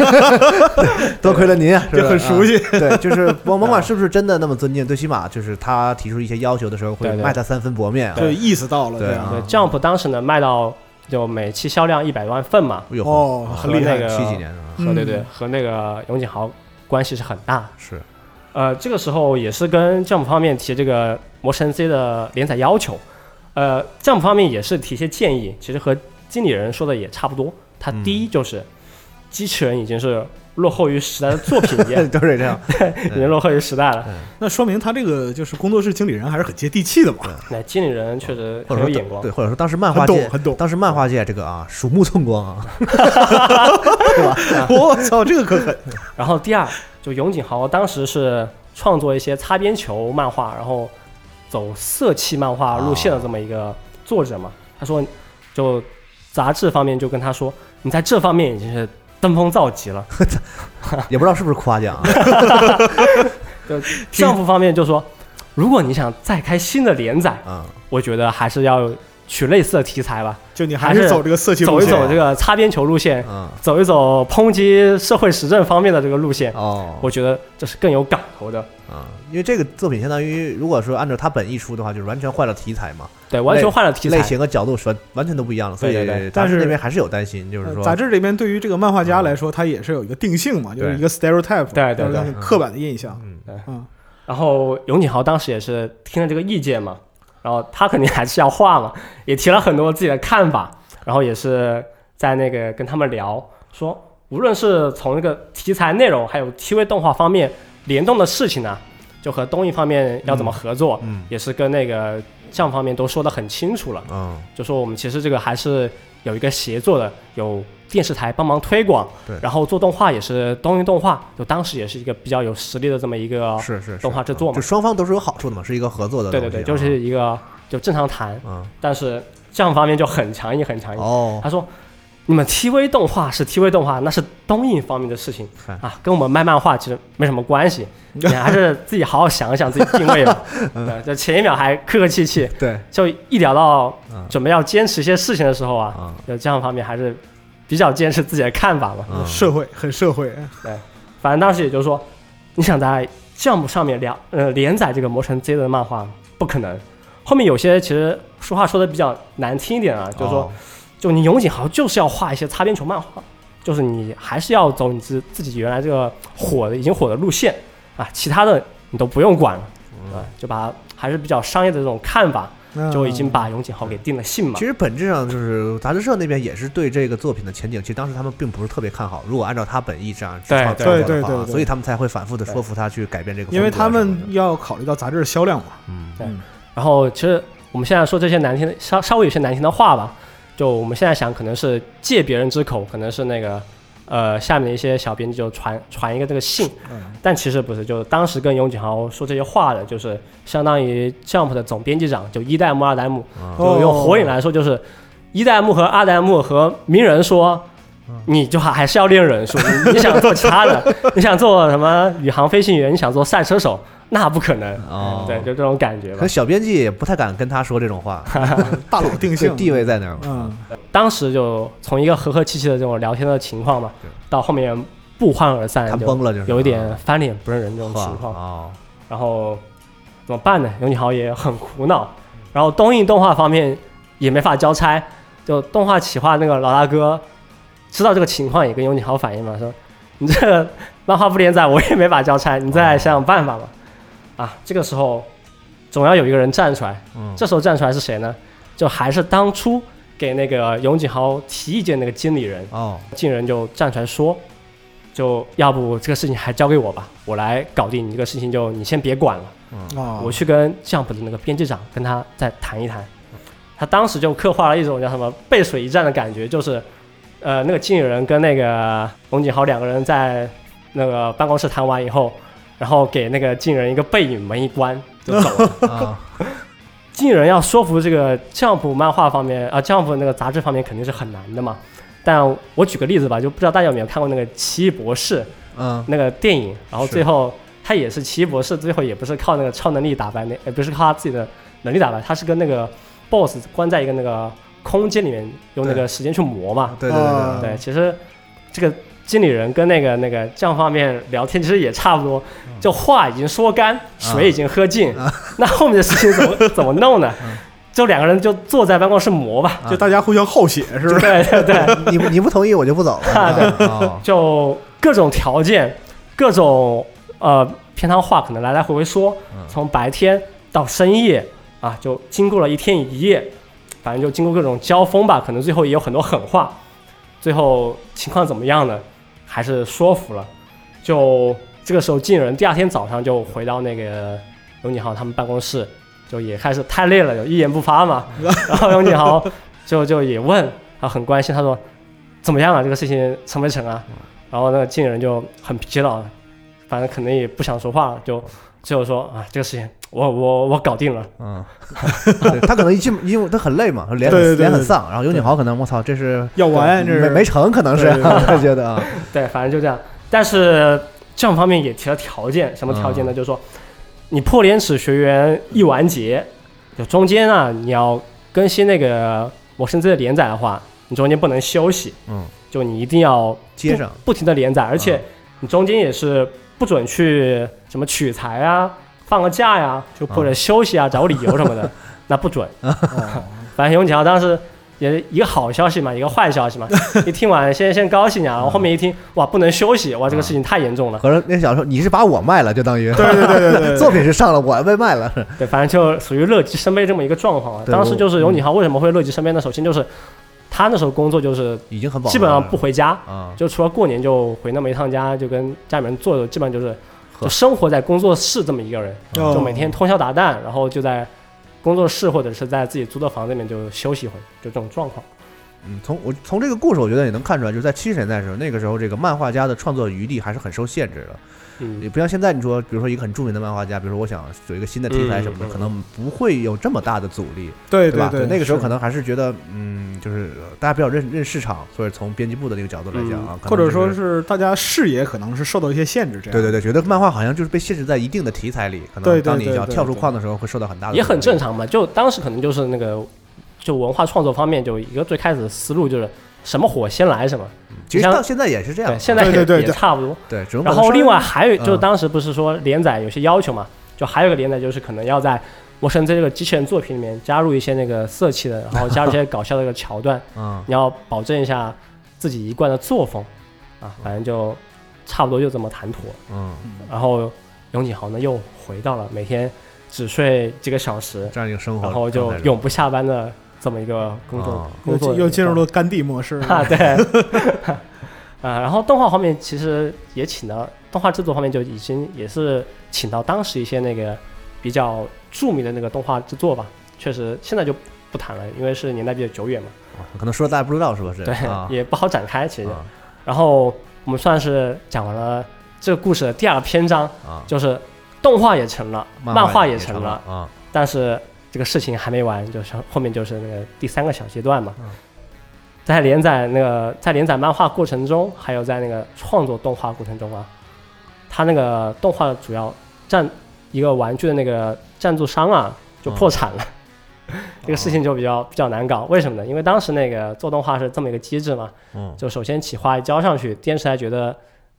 B: 对 [LAUGHS] 多亏了您，是不是
D: 就很熟悉
B: 啊对，
D: [LAUGHS]
B: 就是甭甭管是不是真的那么尊敬，最起码就是他提出一些要求的时候，会
C: 对对
B: 卖他三分薄面啊。
D: 就意识到了，
B: 对
D: 啊，
C: 对，Jump 当时能卖到就每期销量一百万份嘛，
B: 哎呦，
D: 哦，
C: 和
D: 很厉害
C: 那，个
B: 七几年啊，
C: 和对对
D: 嗯
C: 和那个永井豪关系是很大的。 [LAUGHS]
B: 是
C: 呃，这个时候也是跟 Jump 方面提这个《魔神 Z》的连载要求，呃，Jump 方面也是提一些建议，其实和经理人说的也差不多。他第一就是，机器人已经是落后于时代的作品一
E: [LAUGHS]
C: 样，
B: 都是这样。
C: 已经落后于时代了。
D: 那说明他这个就是工作室经理人还是很接地气的嘛，
C: 那经理人确
B: [LAUGHS]
C: 实
B: 或
C: [LAUGHS] 很
B: 者
C: 有
B: 说
C: 眼光，
B: 对，或者说当时漫画
D: [LAUGHS] 很
B: 界
D: 懂，很懂。
B: [LAUGHS] 当时漫画界这个啊，鼠目寸光啊，
D: [LAUGHS] 我操，这个可狠！
C: 然后第二，就永井豪当时是创作一些擦边球漫画，然后走色气漫画路线的这么一个作者嘛。他说，就杂志方面就跟他说，你在这方面已经是登峰造
B: [LAUGHS]
C: 极了。
B: 也不知道是不是夸奖啊。
C: 就丈夫方面就说，如果你想再开新的连载，
B: 啊，
C: 我觉得还是要取类似的题材吧，
D: 就你
C: 还
D: 还
C: 是
D: 是走这个色情
C: 走
D: 路
C: 一
D: 线
C: 走这个擦边球路线，
B: 嗯，
C: 走一走抨击社会时政方面的这个路线，
B: 哦，
C: [LAUGHS] 我觉得这是更有搞头的。
B: 啊，因为这个作品相当于，如果说按照他本意出的话，就是完全换了题材嘛，
C: 对，完全换了题材
B: 类。型和角度完完全都不一样了，所
C: 对
B: 以
C: 对对
B: 杂
D: 但
B: 志
D: 是
B: 那边还是有担心，就是说
D: 呃杂志这边对于这个漫画家来说，他也是有一个定性嘛，就是一个 stereotype，
C: 对对
D: 就是
C: 对
D: 很刻板的印象。
B: 嗯
D: 嗯，
C: 然后永井豪当时也是听了这个意见嘛，然后他肯定还是要画嘛，也提了很多自己的看法，然后也是在那个跟他们聊，说无论是从那个题材内容，还有 TV 动画方面联动的事情呢、啊就和东映方面要怎么合作，
B: 嗯
C: 也是跟那个酱方面都说得很清楚了，
B: 嗯，
C: 就说我们其实这个还是有一个协作的，有电视台帮忙推广，
B: 对
C: 然后做动画也是东映动画，就当时也是一个比较有实力的这么一个
B: 是是是
C: 动画制作嘛
B: 就双方都是有好处的嘛，是一个合作的
C: 对
B: 东
C: 对
B: 西啊，
C: 对，就是一个就正常谈，
B: 嗯
C: 但是这样方面就很强硬，很强硬。
B: 哦，
C: 他说，你们 TV 动画是 TV 动画，那是东映方面的事情
B: 嗨
C: 啊，跟我们卖漫画其实没什么关系，你还是自己好好想想自己定位
B: [LAUGHS]
C: 吧。对，就前一秒还客客气气，
B: 对，
C: 就一聊到
B: 嗯
C: 准备要坚持一些事情的时候啊，
B: 啊
C: 就这样方面还是比较坚持自己的看法嘛。
B: 嗯
D: 社会很社会，
C: 反正当时也就是说，你想在 Jump 上面聊呃连载这个《魔神 Z》的漫画，不可能。后面有些其实说话说的比较难听一点啊，就是说，
B: 哦
C: 就你永井豪就是要画一些擦边球漫画，就是你还是要走你自自己原来这个火的已经火的路线啊，其他的你都不用管了，
B: 嗯
C: 啊，就把还是比较商业的这种看法，
D: 嗯
C: 就已经把永井豪给定了性嘛
B: 其。实本质上就是杂志社那边也是对这个作品的前景，其实当时他们并不是特别看好。如果按照他本意这样去
C: 对
B: 创
C: 对
B: 创作
D: 对
B: 的话
D: 对
B: 啊，
D: 对
B: 所以他们才会反复的说服他去改变这个风格什
D: 因
B: 么的。
D: 为他们要考虑到杂志的销量嘛。
B: 嗯
C: 然后其实我们现在说这些难听的，稍稍微有些难听的话吧，就我们现在想可能是借别人之口，可能是那个呃下面的一些小编辑就传传一个这个信，
D: 嗯
C: 但其实不是，就当时跟永井豪说这些话的，就是相当于 Jump 的总编辑长，就一代目、二代目，
B: 哦
D: 哦
C: 就用火影来说，就是一代目和二代目和鸣人说。
B: 嗯
C: 你就还还是要练忍术，你你想做其他的， [LAUGHS] 你想做什么宇航飞行员，你想做赛车手，那不可能。
B: 哦
C: 对，就这种感觉吧
B: 可。小编辑也不太敢跟他说这种
C: [LAUGHS]
B: 话，
D: 大佬定
B: 这
D: 性，
B: 地位在那儿嘛。
D: 嗯，
C: 当时就从一个和和气气的这种聊天的情况嘛
B: 对，
C: 到后面不欢而散，
B: 谈
C: 就
B: 崩了就是
C: 哎
B: 啊
C: 有一点翻脸不认人这种
B: 话
C: 情况。
B: 哦，
C: 然后怎么办呢？永井豪也很苦恼。然后东映动画方面也没法交差，就动画企划那个老大哥知道这个情况，也跟永井豪反映嘛，说你这个漫画不连载，我也没法交差，你再想想办法吧。啊，这个时候总要有一个人站出来，
B: 嗯
C: 这时候站出来是谁呢？就还是当初给那个永井豪提意见那个经理人，
B: 哦，
C: 经理人就站出来说，就要不这个事情还交给我吧，我来搞定你这个事情，就你先别管了。
D: 啊，
C: 我去跟 Jump 的那个编辑长跟他再谈一谈。他当时就刻画了一种叫什么背水一战的感觉，就是，呃，那个经理人跟那个龙井豪两个人在那个办公室谈完以后，然后给那个经理人一个背影，门一关就走了。
B: 啊
C: 经理人要说服这个 Jump 漫画方面啊、j u m p 那个杂志方面肯定是很难的嘛。但 [LAUGHS] 我举个例子吧，就不知道大家有没有看过那个《奇异博士》
B: 嗯，
C: 那个电影，然后
B: 是
C: 最后他也是奇异博士，最后也不是靠那个超能力打败那，呃，不是靠他自己的能力打败，他是跟那个 BOSS 关在一个那个空间里面，用那个时间去磨嘛。
E: 对对对
D: 啊
C: 对，其实这个经理人跟那个那个酱方面聊天，其实也差不多，就话已经说干，水已经喝尽，那后面的事情怎么怎么弄呢？就两个人就坐在办公室磨吧。
D: 就大家互相耗血是不是？
C: 对对对，
E: 对， [LAUGHS] 你不你不同意我就不走
D: 啊
E: 了。哦
C: 就各种条件，各种呃片汤话，可能来来回回说，从白天到深夜啊，就经过了一天一夜，反正就经过各种交锋吧，可能最后也有很多狠话，最后情况怎么样呢？还是说服了，就这个时候进人第二天早上就回到那个永井豪他们办公室，就也开始太累了，就一言不发嘛。然后永井豪就就也问，然后很关心，他说怎么样啊？这个事情成没成啊？然后那个进人就很疲劳，反正可能也不想说话了，就最后说啊，这个事情我我我搞定了。
D: [LAUGHS]
E: 嗯，对他可能一进，因为他很累嘛，脸
D: 对对对
E: 很
D: 对
E: 脸很丧，然后尤景豪可能我操，这是
D: 要完这
E: 没
D: 是
E: 没成，可能是
D: 对对对
E: 他觉得啊，
C: 对，反正就这样。但是这种方面也提了条件，什么条件
E: 嗯
C: 呢？就是说你破廉耻学员一完结，就中间啊，你要更新那个《魔神 Z》的连载的话，你中间不能休息，
E: 嗯，
C: 就你一定要
E: 接上嗯
C: 不，不停的连载，而且你中间也是不准去什么取材啊、放个假呀、就
E: 嗯
C: 或者休息啊、找个理由什么
E: [LAUGHS]
C: 的，那不准。反正永强当时也是一个好消息嘛，一个坏消息嘛。一听完先先高兴啊，然后后面一听哇不能休息，哇这个事情太严重了。
E: 合着那小说你是把我卖了，就等于
D: 对对对对
E: [LAUGHS]
D: 对
E: 作品是上了，我被卖了，
C: 对，反正就属于乐极生悲这么一个状况啊。
E: 对
C: 当时就是永井豪为什么会乐极生悲呢？首先就是他那时候工作就是
E: 已经很饱和了，
C: 基本上不回家，
E: 啊，
C: 就除了过年就回那么一趟家，就跟家里面坐着，基本上就是就生活在工作室这么一个人，
D: 哦
C: 就每天通宵达旦，然后就在工作室或者是在自己租的房子里面就休息一会，就这种状况。
E: 嗯，从我从这个故事，我觉得也能看出来，就是在七十年代的时候，那个时候这个漫画家的创作余地还是很受限制的。也
C: 嗯，
E: 不像现在，你说，比如说一个很著名的漫画家，比如说我想有一个新的题材什么的，
C: 嗯嗯
E: 可能不会有这么大的阻力，
D: 对
E: 吧？
D: 对，
E: 那个时候可
D: 能
E: 能还是觉得，嗯，就是呃大家比较认认市场，所以从编辑部的那个角度来讲啊，可能
D: 嗯或者说
E: 就是
D: 大家视野可能是受到一些限制，这样
E: 对对对，觉得漫画好像就是被限制在一定的题材里，可
D: 对
E: 能
D: 对
E: 当你
D: 对
E: 要
D: 对
E: 跳出
D: 对
E: 框的时候，会受到很大的
C: 也很
E: 阻
C: 正。
E: 力
C: 常嘛。就当时可能就是那个就文化创作方面，就一个最开始的思路就是什么火先来什么。
E: 其实
C: 像
E: 到现在也是这样啊
C: 对，，现在也
D: 对对对
C: 也
D: 对
C: 差不多。
E: 对，只能
C: 然
E: 把它
C: 后
E: 稍微
C: 另外还有，
E: 嗯
C: 就是当时不是说连载有些要求嘛，就还有一个连载就是可能要在《魔神 Z》这个机器人作品里面加入一些那个色气的，然后加入一些搞笑的一个桥
E: [LAUGHS]
C: 段，
E: 嗯
C: 你要保证一下自己一贯的作风啊，反正就差不多就这么谈妥。
E: 嗯
C: 然后永井豪呢又回到了每天只睡几个小时，
E: 这样一个生活
C: 然
E: 状态
C: 后
E: 中，
C: 就永不下班的这么一个工作
E: 哦，
D: 又
C: 工作
D: 进又进入了甘地
C: [LAUGHS]
D: 模式，
C: 啊，对， [LAUGHS] 啊，然后动画方面其实也请到动画制作方面就已经也是请到当时一些那个比较著名的那个动画制作吧，确实现在就不谈了，因为是年代比较久远嘛，
E: 啊可能说大家不知道是不是？
C: 对，
E: 啊，
C: [LAUGHS] 也不好展开其实。
E: 啊
C: 然后我们算是讲完了这个故事的第二篇章，
E: 啊，
C: 就是动画也成了，漫画也成
E: 成
C: 了，
E: 啊，
C: 但是这个事情还没完，就是后面就是那个第三个小阶段嘛
E: 嗯。
C: 在连载那个在连载漫画过程中，还有在那个创作动画过程中啊，他那个动画主要赞一个玩具的那个赞助商啊就破产了，
E: 嗯
C: 这个事情就比较比较难搞。为什么呢？因为当时那个做动画是这么一个机制嘛，
E: 嗯
C: 就首先企划一交上去，电视台觉得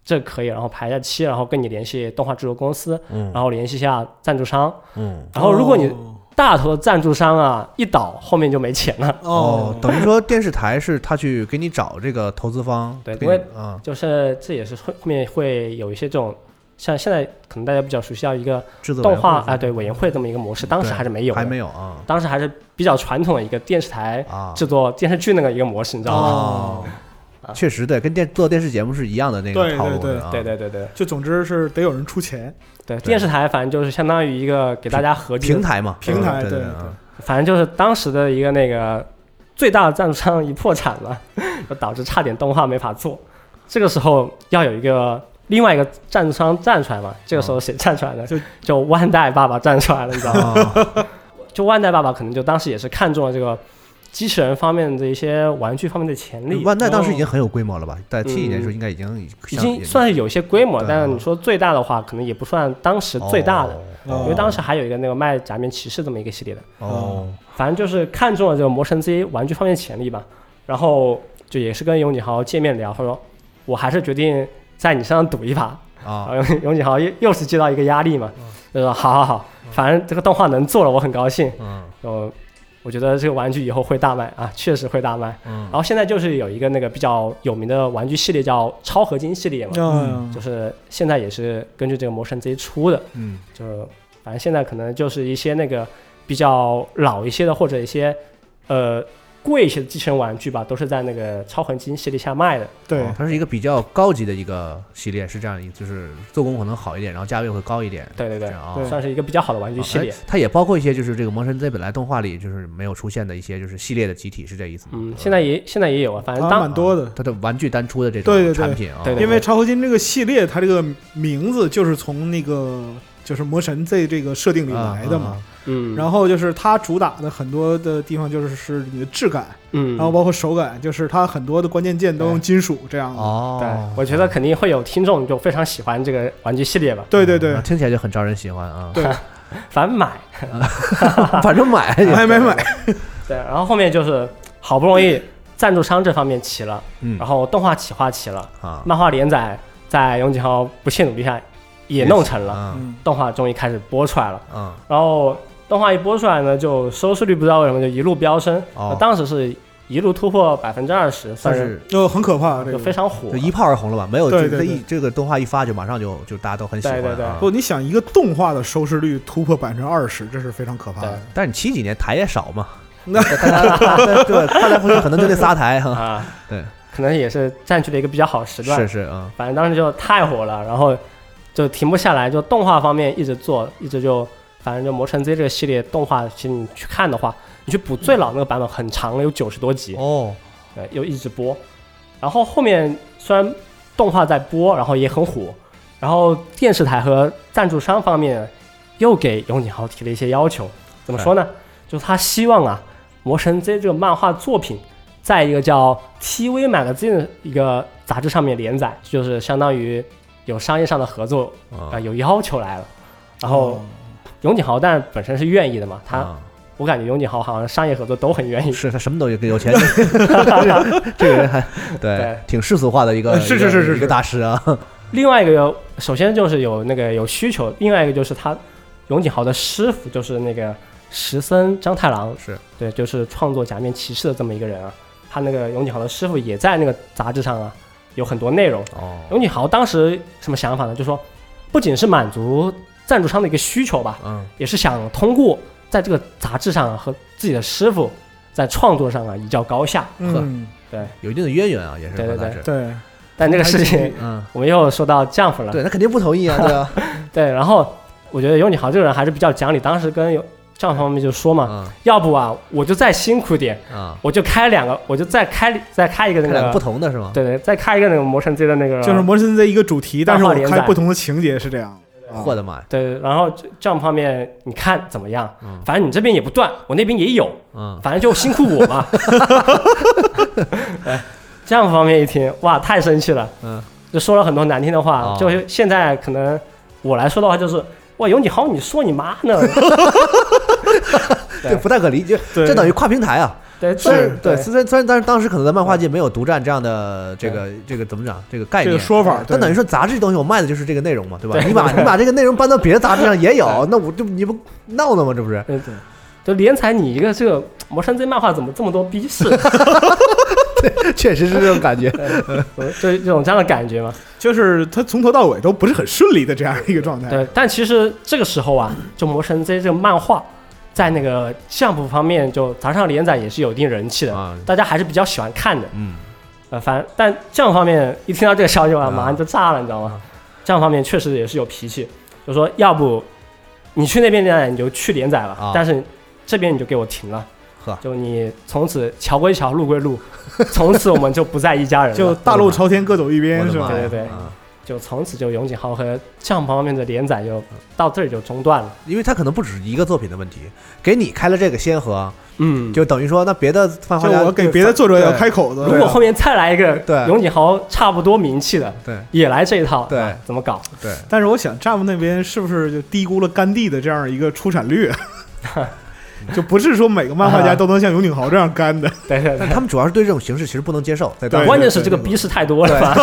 C: 这可以，然后排一下期，然后跟你联系动画制作公司，
E: 嗯
C: 然后联系一下赞助商，
E: 嗯。
C: 然后如果你
D: 哦
C: 大头的赞助商啊一倒，后面就没钱了。
E: 哦
D: 哦，，
E: 等于说电视台是他去给你找这个投资方，
C: 对
E: 给
C: 因为
E: 你啊
C: 就是这也是后后面会有一些这种，像现在可能大家比较熟悉到一个
E: 制作委
C: 动
E: 员
C: 画
E: 会
C: 啊，对委员会这么一个模式，当时
E: 对
C: 还是没有的，
E: 还没有啊
C: 当时还是比较传统的一个电视台
E: 啊，
C: 制作电视剧那个一个模式，你知道吗？
E: 哦，确实对，跟电做电视节目是一样的那个
D: 对
E: 套路
D: 对
E: 的啊，
C: 对对对对
D: 就总之是得有人出钱，
C: 对，电视台反正就是相当于一个给大家合计的
E: 平，台嘛，
D: 平台
E: 对对
D: 对对
E: 啊
C: 反正就是当时的一个那个最大的赞助商一破产了， [LAUGHS] 就导致差点动画没法做。这个时候要有一个另外一个赞助商站出来嘛，这个时候谁站出来呢？
E: 哦
D: 就
C: 就万代爸爸站出来了，你知道吗？ [LAUGHS]
E: 啊
C: 就万代爸爸可能就当时也是看中了这个机器人方面的一些玩具方面的潜力。
E: 万代当时已经很有规模了吧？在 T 一年的时候，
C: 嗯
E: 应该已经
C: 已经算是有一些规模，
E: 对啊
C: 但是你说最大的话，可能也不算当时最大的，
D: 哦
C: 因为当时还有一个那个卖假面骑士这么一个系列的，
E: 哦
C: 反正就是看中了这个魔神 Z 玩具方面潜力吧，然后就也是跟永井豪见面聊，他说我还是决定在你身上赌一把，
E: 啊
C: 然后永井豪又又是接到一个压力嘛，就说好好好，反正这个动画能做了，我很高兴，
E: 嗯
C: 然后我觉得这个玩具以后会大卖啊，确实会大卖，然后现在就是有一个那个比较有名的玩具系列叫超合金系列嘛，
D: 嗯
C: 就是现在也是根据这个魔神 Z 出的，
E: 嗯
C: 就是反正现在可能就是一些那个比较老一些的或者一些呃贵一些的机器人玩具吧，都是在那个超合金系列下卖的。
D: 对
E: 哦，它是一个比较高级的一个系列，是这样，就是做工可能好一点，然后价位会高一点，
C: 对对
E: 这
C: 对，
E: 样啊。
D: 对
E: 哦
C: 算是一个比较好的玩具系列
E: 哎。它也包括一些就是这个《魔神 Z》本来动画里就是没有出现的一些就是系列的集体，是这意思吗？
C: 嗯，现在也现在也有啊，反正
D: 还
C: 当
D: 蛮多的。
E: 它的玩具单出的这
D: 对
E: 种
D: 对对
E: 产品啊，
C: 对对
D: 因为超合金这个系列，它这个名字就是从那个就是魔神 Z 这个设定里
E: 啊
D: 来的嘛。，
C: 嗯，
D: 然后就是它主打的很多的地方就是是你的质感，
C: 嗯，
D: 然后包括手感，就是它很多的关键键都用金属这样
E: 啊
D: 的。
C: 对
E: 哦，，
C: 我觉得肯定会有听众就非常喜欢这个玩具系列吧，
D: 对对
E: 嗯
D: 对
E: 那，听起来就很招人喜欢啊。
D: 对
C: 反正买
E: 反正买
D: 买买买，
C: 对，然后后面就是好不容易赞助商这方面齐了，
E: [LAUGHS] 嗯 [LAUGHS]
C: 然后动画企划齐了，
E: 啊，
C: 漫画连载在永井豪不懈努力下也弄成了，
E: 嗯
D: 嗯
C: 动画终于开始播出来了。
E: 嗯
C: 然后动画一播出来呢，就收视率不知道为什么就一路飙升，
E: 哦
C: 那当时是一路突破百分之二十，
E: 算
C: 算
E: 是
D: 就很可怕这
C: 就
D: 个
C: 非。常火
E: 就。一炮而红了吧？没有，
D: 对
E: 就
D: 对
E: 这
D: 对
E: 一这个动画一发就马上就就大家都很喜欢
C: 对对对
E: 啊。
D: 不，你想一个动画的收视率突破百分之二十，这是非常可怕的。
E: 但是你七几年台也少 [LAUGHS] 嘛，
D: 那
E: 大家对看来不是可能就那仨台哈，
C: 啊，
E: [LAUGHS] 对，
C: 可能也 [LAUGHS] 是占据了一个比较好的时段。
E: 是是啊，
C: 反正当时就太火了，然后就停不下来，就动画方面一直做，一直就反正就《魔神 Z》这个系列动画，其实你去看的话，你去补最老那个版本很长了，有九十多集，
E: 哦，
C: 呃，又一直播。然后后面虽然动画在播，然后也很火，然后电视台和赞助商方面又给永井豪提了一些要求，怎么说呢？就是他希望啊，《魔神 Z》这个漫画作品，在一个叫 TV Magazine 的一个杂志上面连载，就是相当于有商业上的合作啊、
E: 啊
C: 有要求来了。然
D: 哦
C: 后永井豪但本身是愿意的嘛，他、
E: 啊
C: 我感觉永井豪好像商业合作都很愿
E: [LAUGHS]
C: 意，
E: 是他什么都有有钱，这个人还对
C: 对
E: 挺世俗化的一个
D: 呃是
E: 一个
D: 是是是
E: 一个大师啊，
C: 另外一个，首先就是有那个有需求，另外一个就是他永井豪的师傅就是那个石森章太郎，
E: 是
C: 对，就是创作假面骑士的这么一个人啊。他那个永井豪的师傅也在那个杂志上啊，有很多内容。
E: 哦，
C: 永井豪当时什么想法呢？就说不仅是满足赞助商的一个需求吧，
E: 嗯
C: 也是想通过在这个杂志上啊和自己的师傅在创作上啊一较高下。
D: 嗯，
E: 有一定的渊源啊，也是
C: 对对
E: 和大师
D: 对，
C: 但这个事
D: 还
C: 情
D: 是
E: 嗯，
C: 我们又说到降服了，
E: 对，他肯定不同意啊，对啊，
C: 对，然后我觉得尤景豪这个人还是比较讲理，当时跟有丈夫方面就说嘛，
E: 啊
C: 要不啊我就再辛苦点，
E: 啊，
C: 我就开两个，我就再开再开一个那
E: 这两
C: 个
E: 个不，同的是吗？
C: 对对，再开一个那个魔神 Z 的那个，
D: 就是魔神 Z 一个主题，但是我
C: 漫画连
D: 看
C: 载
D: 不同的情节是这样。啊
E: 我的妈呀，
C: 对，然后丈夫方面你看怎么样？
E: 嗯
C: 反正你这边也不断，我那边也有，
E: 嗯
C: 反正就辛苦我嘛。
E: [LAUGHS]
C: 哎丈夫方面一听，哇，太生气了，
E: 嗯，
C: 就说了很多难听的话，
E: 哦
C: 就是现在可能我来说的话就是。哇，有你好，你说你妈
E: [LAUGHS]
C: 呢？对
E: 这不太可理解，
D: 对
E: 这等于跨平台啊。
C: 对，
E: 虽然
C: 对
E: 对，，虽然虽然，但是当时可能在漫画界没有独占这样的这个这个怎么讲这个概
D: 这
E: 念
D: 个。说法，
E: 但
D: 对
E: 等于说杂志这东西我卖的就是这个内容嘛，对吧？
C: 对
E: 你把你把这个内容搬到别的杂志上也有，那我就你不闹呢吗？这不是？ [LAUGHS]
C: 对对，就连才你一个这个魔山 Z 漫画怎么这么多逼视？
E: 确实是这种感觉。
C: 呃就这种这样的感觉嘛。
D: 就是它从头到尾都不是很顺利的这样一个状态。
C: 对，但其实这个时候啊，就魔神 Z 这个漫画。在那个相扑方面，就杂志上连载也是有一定人气的，
E: 啊
C: 大家还是比较喜欢看的。
E: 嗯，
C: 呃，反正但酱方面一听到这个消息
E: 啊
C: 啊，马上就炸了，你知道吗？酱方面确实也是有脾气，就说要不你去那边连载你就去连载了，
E: 啊
C: 但是这边你就给我停了，
E: 呵
C: 就你从此桥归 [LAUGHS] 桥，路归路，从此我们就不再一家人了。
D: 就大路朝天，各走一
E: 我
D: 边，
E: 的
D: 是
E: 妈
D: 吧？
E: 呀！
C: 对对对
E: 啊
C: 就从此就永井豪和帐篷方面的连载就到这儿就中断了。
E: 因为它可能不止一个作品的问题，给你开了这个先河，
C: 嗯，
E: 就等于说那别的漫画
D: 就
E: 家
D: 我给别的作者要开口子，
C: 如果后面再来一个
E: 对啊
C: 永井豪差不多名气的，
E: 对
C: 也来这一套，
E: 对
C: 啊怎么搞？
E: 对
D: 但是我想，丈夫那边是不是就低估了甘地的这样一个出
E: [LAUGHS]
D: 产率？就不是说每个漫画
E: 啊
D: 家都能像永井豪这样干的。
C: 对对
E: 但他们主要是对这种形式其实不能接受，在当
D: 对
E: 时
C: 关键是这个逼是太多了吧？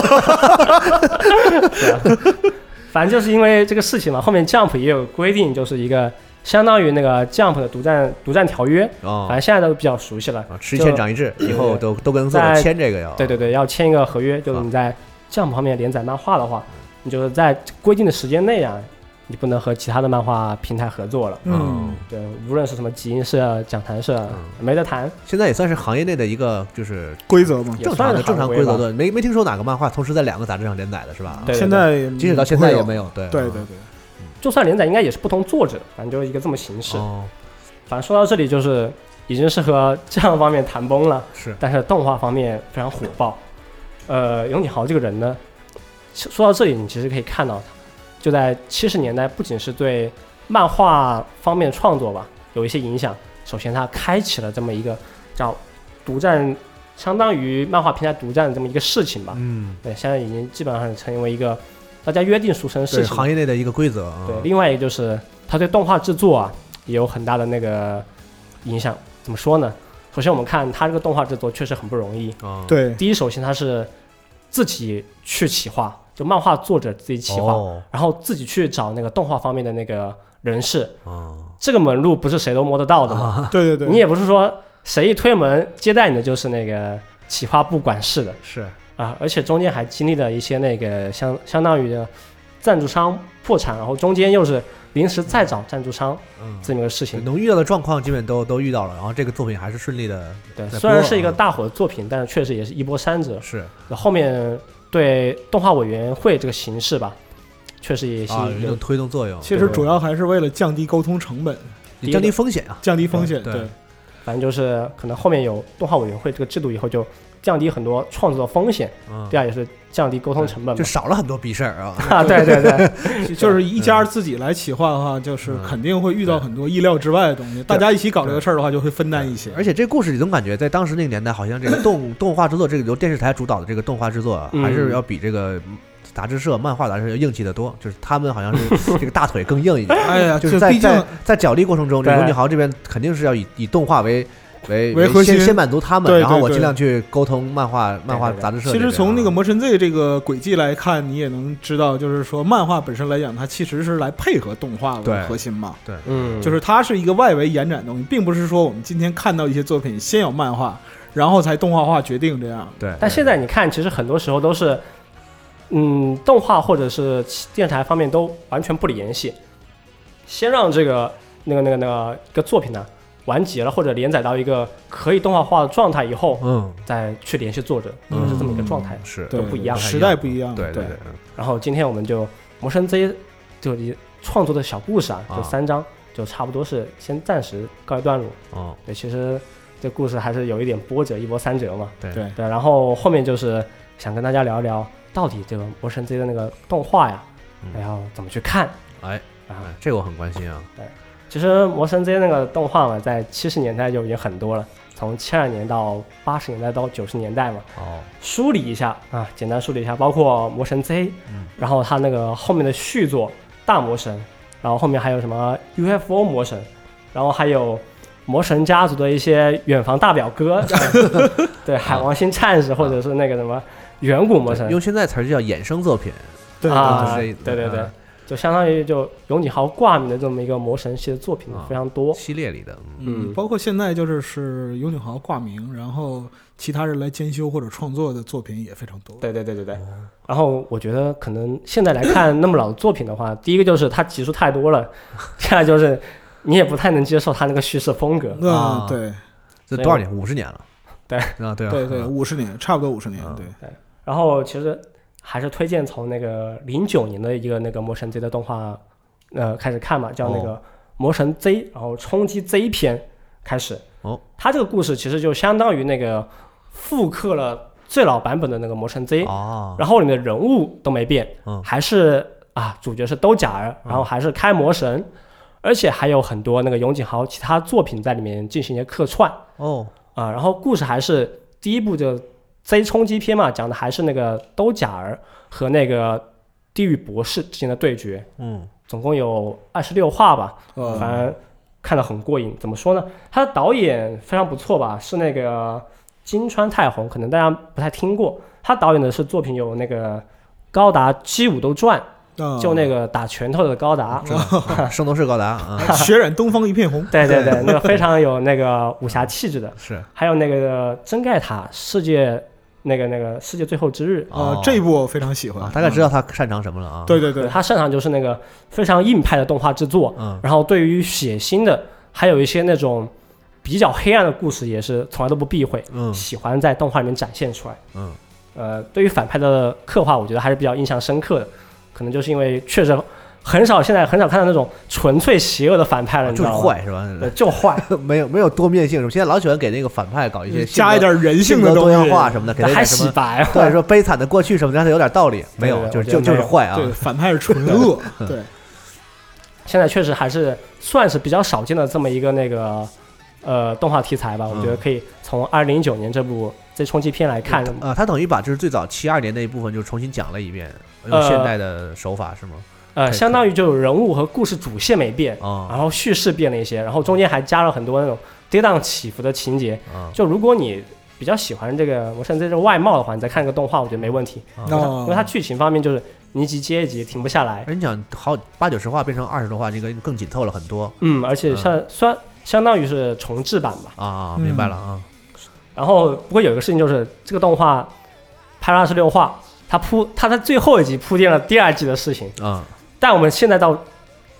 C: 对啊 [LAUGHS] 反正就是因为这个事情嘛，后面 Jump 也有规定，就是一个相当于那个 Jump 的独占独占条约，反
E: 啊
C: 正现在都比较熟悉了。
E: 啊，吃一堑长一智，以后都都跟作者
C: 在
E: 签这个要
C: 对对对，要签一个合约，就是你在 Jump 方面连载漫画的话，你就是在规定的时间内啊，你不能和其他的漫画平台合作了。
E: 嗯，
C: 对，无论是什么集英社、讲坛社，
E: 嗯
C: 没得谈，
E: 现在也算是行业内的一个就是
D: 规则嘛。
C: 也
E: 正
C: 算
E: 常
C: 是
E: 的正常
C: 行
E: 规则
C: 吧。
E: 的，没没听说哪个漫画同时在两个杂志上连载的是吧？
C: 对对对
D: 现在
E: 即使到现在也没
D: 嗯有。
E: 有，对啊
D: 对
E: 对
D: 对
C: 就算连载，应该也是不同作者，反正就是一个这么形式。
E: 哦，
C: 反正说到这里，就是已经是和这样方面谈崩了，
E: 是
C: 但是动画方面非常火爆。呃，永井豪这个人呢，说说到这里，你其实可以看到他就在七十年代，不仅是对漫画方面创作吧有一些影响，首先他开启了这么一个叫独占，相当于漫画平台独占的这么一个事情吧。
E: 嗯，
C: 对，现在已经基本上成为一个大家约定俗成的
E: 是
C: 事情。
E: 行业内的一个规则啊。
C: 对，另外一个就是他对动画制作啊也有很大的那个影响。怎么说呢？首先我们看他这个动画制作确实很不容易。
E: 啊，
D: 对
C: 第一，首先他是自己去企划，就漫画作者自己企划，
E: 哦
C: 然后自己去找那个动画方面的那个人士。
E: 啊，
C: 这个门路不是谁都摸得到的嘛，
D: 啊对对对，
C: 你也不是说谁一推门接待你的就是那个企划部管事的。
E: 是
C: 啊，而且中间还经历了一些那个相相当于的赞助商破产，然后中间又是临时再找赞助商
E: 嗯，
C: 这么一个事情。
E: 能遇到的状况基本都都遇到了，然后这个作品还是顺利的，
C: 对，
E: 在
C: 虽然
E: 播
C: 是一个
E: 啊
C: 大火的作品，但是确实也是一波三折。
E: 是
C: 后面对动画委员会这个形式吧，确实也是
E: 啊，有
C: 一
E: 一
C: 个
E: 种推动作用，
D: 其实主要还是为了降低沟通成本，
E: 你降低风险啊。
D: 降低风险。
E: 对
D: 对
E: 对
C: 反正就是可能后面有动画委员会这个制度以后，就降低很多创作风险，
E: 嗯
C: 第，二也是降低沟通
E: 对
C: 成本
E: [LAUGHS]
C: [LAUGHS]
E: 就
C: 嘛。
E: 少了很多逼事儿啊。
C: 啊，对对
E: [LAUGHS]
C: 对，
D: 就就是一家自己来企划的话，就是
E: 嗯
D: 肯定会遇到很多意料之外的东西。大家一起搞这个事儿的话，就会分担一些。
E: 而且这故事你总感觉在当时那个年代，好像这个动动画制作，这个由电视台主导的这个动画制作啊，
C: 嗯
E: 还是要比这个杂志社、漫画杂志社要硬气得多。就是他们好像是这个大腿更硬
D: [LAUGHS]
E: 一点，
D: 哎呀，
E: 就
D: 就是
E: 在
D: 毕竟
E: 在在角力过程中，这
C: 对
E: 刘景豪这边肯定是要以以动画为。为
D: 为核心
E: 先先满足他们，
D: 对对
E: 然后我
D: 对
E: 尽量去沟通漫画、漫画
C: 对对
E: 杂志社这
D: 其
E: 边啊。
D: 实从那个《魔神 Z》这个轨迹来看，你也能知道，就是说漫画本身来讲，它其实是来配合动画为
E: 对
D: 核心嘛，
C: 嗯，
D: 就是它是一个外围延展的东西，并不是说我们今天看到一些作品先有漫画，然后才动画化决定这样。
E: 对，
C: 但现在你看，其实很多时候都是，嗯，动画或者是电台方面都完全不联系，先让这个那个那个那个一个作品呢完结了，或者连载到一个可以动画化的状态以后，
E: 嗯
C: 再去联系作者，
E: 嗯
C: 是这么一个状态。
E: 是
D: 对，
C: 不一样
D: 时代不一样。
E: 啊对对嗯对，
C: 然后今天我们就《魔神 Z》就一创作的小故事啊，
E: 啊
C: 就三章，就差不多是先暂时告一段落。
E: 哦
C: 对，其实这故事还是有一点波折，一波三折嘛。
E: 对
D: 对
C: 对，然后后面就是想跟大家聊一聊，到底这个《魔神 Z》的那个动画呀，
E: 嗯
C: 然后怎么去看
E: 哎
C: 啊？
E: 哎，这个我很关心啊，
C: 其实《魔神 Z》那个动画嘛，在七十年代就已经很多了，从七二年到八十年代到九十年代嘛，
E: 哦，
C: 梳理一下啊，简单梳理一下，包括《魔神 Z》，
E: 嗯
C: 然后它那个后面的续作《大魔神》，然后后面还有什么 UFO 魔神，然后还有魔神家族的一些远房大表
E: [LAUGHS]
C: 哥，对，海王星战士或者是那个什么远古魔神，
E: 用现在词儿就叫衍生作品，
D: 对
C: 啊，
E: 就是这
C: 对
E: 意思
C: 对对
E: 啊，
C: 就相当于就永井豪挂名的这么一个魔神系的作品
E: 啊
C: 非常多。
E: 系列里的，嗯
C: 嗯
D: 包括现在就是是永井豪挂名，然后其他人来监修或者创作的作品也非常多。
C: 对对对对对。然后我觉得可能现在来看那么老的作品的话，第一个就是它集数太多了， [LAUGHS] 第二就是你也不太能接受它那个叙事风格。
D: 啊
E: 啊，
D: 对
E: 这多少年？五十年了。
C: 对
E: 啊，对啊，
D: 对对，
E: 啊
D: 五十年，差不多五十年
E: 啊。
D: 对，
C: 然后其实还是推荐从那个零九年的一个那个《魔神 Z》的动画，呃，开始看嘛，叫那
E: 哦
C: 个《魔神 Z》，然后冲击 Z 篇开始。
E: 哦，
C: 它这个故事其实就相当于那个复刻了最老版本的那个《魔神 Z》，
E: 哦，
C: 然后里面的人物都没变，
E: 嗯
C: 还是啊主角是兜甲儿，然后还是开魔神，而且还有很多那个永井豪其他作品在里面进行一些客串
E: 哦，
C: 啊、然后故事还是第一部就 Z 冲击篇嘛，讲的还是那个兜甲儿和那个地狱博士之间的对决，
E: 嗯，
C: 总共有二十六话吧，
D: 嗯
C: 反正看得很过瘾。怎么说呢？他的导演非常不错吧，是那个金川太宏，可能大家不太听过。他导演的是作品有那个《高达七武斗传》，
D: 啊
C: 就那个打拳头的高达。
D: 嗯
C: 嗯
E: 圣斗士高达啊，
D: 血染东方一片红，
C: 对对对，那个非常有那个武侠气质的。
E: 是
C: 还有那个真盖塔世界，那个那个世界最后之日，
E: 哦
D: 啊，这一部我非常喜
E: 啊
D: 欢，，嗯
E: 大概知道他擅长什么了啊。
D: 对，对对，
C: 他擅长就是那个非常硬派的动画制作。
E: 嗯，
C: 然后对于血腥的，还有一些那种比较黑暗的故事，也是从来都不避讳，
E: 嗯
C: 喜欢在动画里面展现出来。
E: 嗯，
C: 呃，对于反派的刻画，我觉得还是比较印象深刻的，可能就是因为确实很少现在很少看到那种纯粹邪恶的反派了，你
E: 啊
C: 知
E: 就是
C: 道吗？
E: 坏是
C: 对，
E: 吧？
C: 就坏，
E: [LAUGHS] 没有没有多面性什么，现在老喜欢给那个反派搞一些性格
D: 嗯加一点人性
E: 格
D: 的
E: 多
D: 东
E: 样
D: 西
E: 化什么的，给他一
C: 还
E: 点什
C: 洗
E: 么
C: 白。啊
E: 对说悲惨的过去什么的，让他有点道理。没有，
C: 对
E: 就是
C: 我觉
E: 就
C: 得
E: 就是
C: 没有
E: 坏啊。
D: 对，反派是纯
E: [LAUGHS]
D: 恶，对，
C: 现在确实还是算是比较少见的这么一个那个呃动画题材
E: 嗯
C: 吧，我觉得可以从二零零九年这部《Z 冲击片》来看。
E: 呃，他等于把就是最早七二年那一部分就重新讲了一遍，用
C: 呃
E: 现代的手法是吗？
C: 呃，
E: 可以
C: 相当于就有人物和故事主线没变，然
E: 啊
C: 后叙事变了一些，然后中间还加了很多那种跌宕起伏的情节。
E: 啊
C: 就如果你比较喜欢这个《魔神 Z》这外貌的话，你再看个动画，我觉得没问题，
E: 啊！
D: 那
C: 因为它剧情方面就是你一集接一集，停不下来。
E: 哎而你讲好八九十话变成二十多话，这个更紧凑了很多
C: 嗯，而且像算相当于是重制版吧。
E: 啊！
D: 嗯
E: 明白了啊，
C: 然后不过有一个事情就是，这个动画拍了二十六话，它铺它在最后一集铺垫了第二季的事情，
E: 啊，
C: 但我们现在到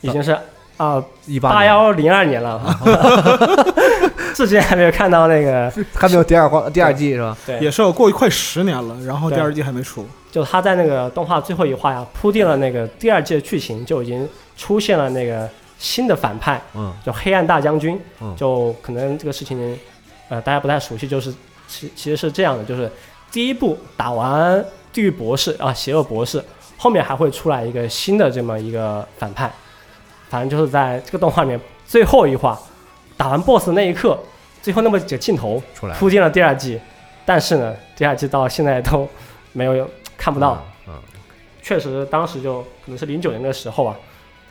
C: 已经是啊
E: 一八
C: 八幺零二年了， [LAUGHS] 至今还没有看到那个，
E: 还没有第二话第二季是吧？
C: 对，
D: 也是我过去快十年了，然后第
C: 对
D: 二季还没出，
C: 就他在那个动画最后一话呀，铺垫了那个第二季的剧情，就已经出现了那个新的反派，
E: 嗯
C: 就黑暗大将军，
E: 嗯
C: 就可能这个事情，呃，大家不太熟悉，就是其其实是这样的，就是第一部打完地狱博士啊，邪恶博士，后面还会出来一个新的这么一个反派，反正就是在这个动画里面最后一话打完 BOSS 那一刻，最后那么几个镜头
E: 出来
C: 铺垫了第二季，但是呢，第二季到现在都没有看不到，
E: 嗯
C: 确实当时就可能是零九年的时候啊，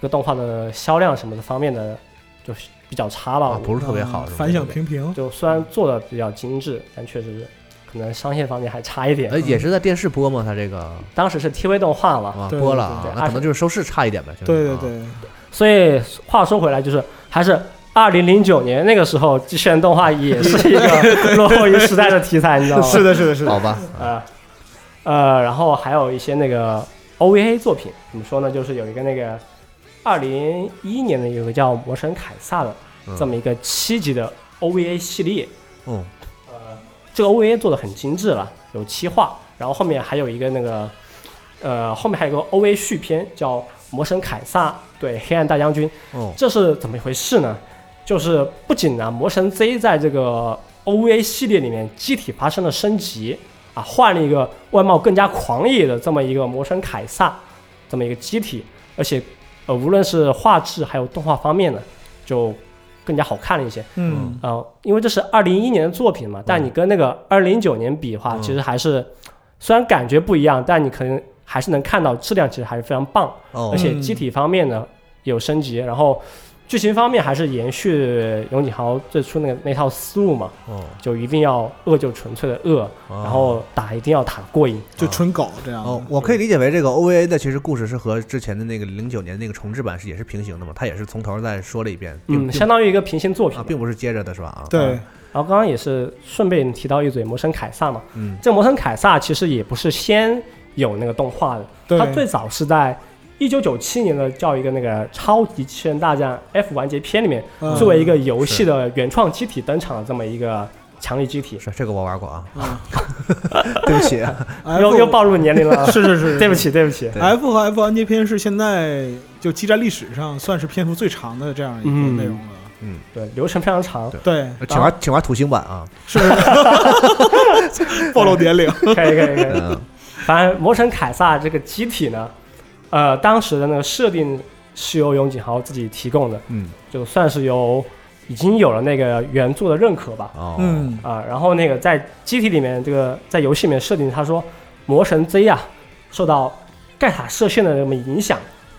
C: 这个动画的销量什么的方面的就是比较差吧，
E: 啊，不
C: 是
E: 是特别好，
D: 嗯
E: 是吧
D: 反响。平平，
C: 就虽然做的比较精致，但确实可能商业方面还差一点。
E: 呃，也是在电视播吗？他这个
C: 当时是 TV 动画嘛，
E: 啊
D: 对
E: 播了
C: 哦对
E: 啊
C: 对，
E: 那可能就是收视差一点呗。就是
D: 对对
E: 啊，
D: 对，
C: 所以话说回来，就是还是二零零九年那个时候，机器人动画也是一个落后于时代的题材，你知道
E: [LAUGHS]
C: 吗？
D: 是的，是的，是
E: 好
D: 的，
E: 吧，
C: 呃呃，然后还有一些那个 OVA 作品，怎么说呢？就是有一个那个二零一一年的有个叫《魔神凯撒》的
E: 嗯
C: 这么一个七集的 OVA 系列，
E: 嗯
C: 这个 OVA 做的很精致了，有七话，然后后面还有一个那个呃，后面还有个 OVA 续篇叫《魔神凯撒对黑暗大将军》，
E: 哦
C: 这是怎么一回事呢？就是不仅呢，魔神 Z 在这个 OVA 系列里面机体发生了升级啊，换了一个外貌更加狂野的这么一个魔神凯撒这么一个机体，而且呃，无论是画质还有动画方面呢，就更加好看了一些。
E: 哦
D: 嗯，
C: 呃，因为这是二零一一年的作品嘛，但你跟那个二零零九年比的话，
E: 嗯
C: 其实还是虽然感觉不一样，但你可能还是能看到质量其实还是非常棒，
E: 哦
C: 而，且机体方面呢有升级，然后剧情方面还是延续永井豪最初那个那套思路嘛，
E: 哦
C: 就一定要恶就纯粹的恶，
E: 哦
C: 然后打一定要打过瘾。
D: 就纯搞这样
E: 哦
D: 的，，
E: 我可以理解为这个 OVA 的其实故事是和之前的那个零九年那个重制版是也是平行的嘛，它也是从头再说了一遍，并
C: 嗯，
E: 并
C: 相当于一个平行作品
E: 啊，
C: 吧。
E: 并不是接着的是吧？啊，
D: 对，
C: 然后刚刚也是顺便提到一嘴魔神凯撒嘛，
E: 嗯，
C: 这魔神凯撒其实也不是先有那个动画的，
D: 对
C: 它最早是在一九九七年的叫一个那个《超级机器人大战 F 完结篇》里面，
D: 嗯
C: 作为一个游戏的原创机体登场的这么一个强力机体，
E: 是这个我玩过啊，
D: 啊
E: 对不起，
C: [LAUGHS] 又又
D: 嗯 F
C: 暴露年龄了
D: [LAUGHS] ，是是是，
C: 对不起对不起。
E: 对
D: ，F 和 F 完结篇是现在就激战历史上算是篇幅最长的这样一个
C: 嗯
D: 内容了，
C: 对，流程非常长
E: 对，
D: 对，
E: 请玩请玩土星版啊，
D: 是， [LAUGHS] 暴
C: [LAUGHS]
D: 露年龄。
C: 可以可以可以。
E: 嗯，
C: 反正魔神凯撒这个机体呢，呃，当时的那个设定是由永井豪自己提供的，
E: 嗯，
C: 就算是由已经有了那个原著的认可吧，
E: 哦，
D: 嗯，
C: 啊、然后那个在机体里面，这个在游戏里面设定，他说魔神 Z 啊，受到盖塔射线的那么影响，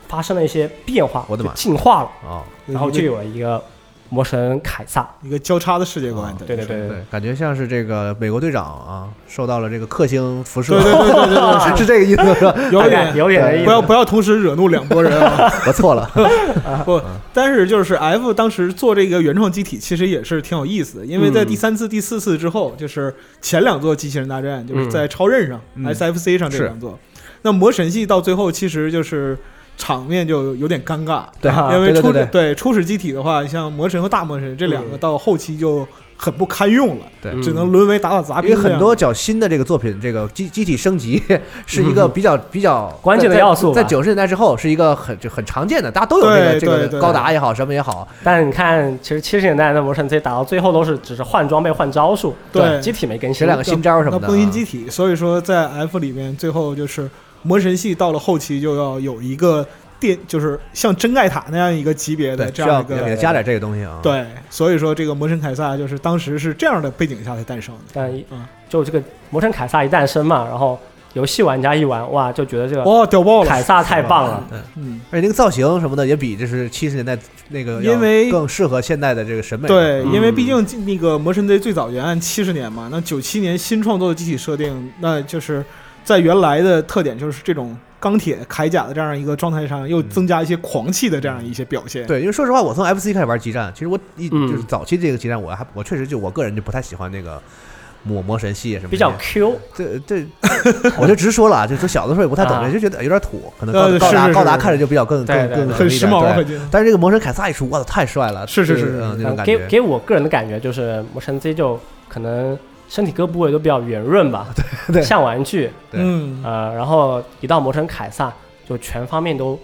C: 发生了一些变化，
E: 我的妈
C: 就进化了，
E: 哦，
D: 嗯
C: 然后就有了一个魔神凯撒，
D: 一个交叉的世界观。
C: 对对对对对
E: 对，感觉像是这个美国队长啊，受到了这个克星辐射，
D: 对对对对对
E: 是是这个意思是吧？
D: 对，有
C: 大
D: 一
C: 概
D: 点。
C: 有点的意思，
D: 不要不要同时惹怒两拨人啊！
E: 我错了，
D: 不，但是就是 F 当时做这个原创机体，其实也是挺有意思的，因为在第三次、第四次之后，就是前两座机器人大战，就是在超任上、
E: 嗯
D: SFC 上这
E: 是
D: 两座。那魔神系到最后其实就是场面就有点尴尬，
E: 对
C: 啊
D: 因为
E: 对对
D: 初
E: 对
D: 始对初始机体的话，像魔神和大魔神这两个
C: 嗯
D: 到后期就很不堪用了，
E: 对
C: 嗯
D: 只能沦为打打杂
E: 因为
D: 兵这样。
E: 很多较新的这个作品，这个机机体升级是一个比较比较
C: 关键的
E: 在
C: 要素吧
E: 在九十年代之后是一个很就很常见的，大家都有
D: 对
E: 这个这
D: 对
E: 个
D: 对
E: 高达也好，什么也好，
C: 但你看，其实七十年代的魔神 Z 打到最后都是只是换装备、换招数，
D: 对
C: 机体没更
E: 学
C: 新。
E: 两个新招什
D: 那
E: 么的
D: 更新机
E: 啊。
D: 体，所以说在 F 里面最后就是魔神系到了后期就要有一个电，就是像真盖塔那样一个级别
E: 对，
D: 的
E: 需
D: 这
E: 要
D: 样一
E: 给它
D: 个。
E: 加点这个东西啊。，
D: 对，所以说这个魔神凯撒就是当时是这样的背景下才诞生的。
C: 但一
D: 嗯
C: 就这个魔神凯撒一诞生嘛，然后游戏玩家一玩，哇，就觉得这个
D: 哇，屌爆
C: 凯
D: 哦了！
C: 撒太棒
E: 哦
C: 了。
D: 嗯，
E: 而且那个造型什么的也比就是七十年代那个要
D: 因为
E: 更适合现代的这个审美。
D: 对，
C: 嗯
D: 因为毕竟那个魔神 Z 最早原案七十年嘛，那九七年新创作的机体设定，那就是在原来的特点就是这种钢铁铠甲的这样一个状态上，又增加一些狂气的这样一些表现。
E: 嗯对，因为说实话，我从 FC 开始玩激战，其实我一
C: 嗯
E: 就是早期这个激战，我还我确实就我个人就不太喜欢那个魔魔神系什么的
C: 比较 Q，
E: 这这， [LAUGHS] 我就直说了啊，就说小的时候也不太懂
C: 啊，
E: 就觉得有点土，可能高
D: 呃
E: 高
D: 是
E: 达
D: 是
E: 高达
D: 是
E: 看着就比较更
C: 对
E: 更
C: 对
E: 更
C: 对
E: 更
D: 很时髦，
E: 对
D: 很劲。
E: 但是这个魔神凯撒一出，我操，太帅了，
D: 是是是
E: 嗯
D: 是
E: 那种
C: 呃
E: 感
C: 给
E: 觉。
C: 给我个人的感觉就是魔神 Z 就可能身体各部位都比较圆润吧，
E: [LAUGHS] 对
C: 像玩具，
E: 对
D: 嗯，
C: 呃，然后一到魔神凯撒就全方面都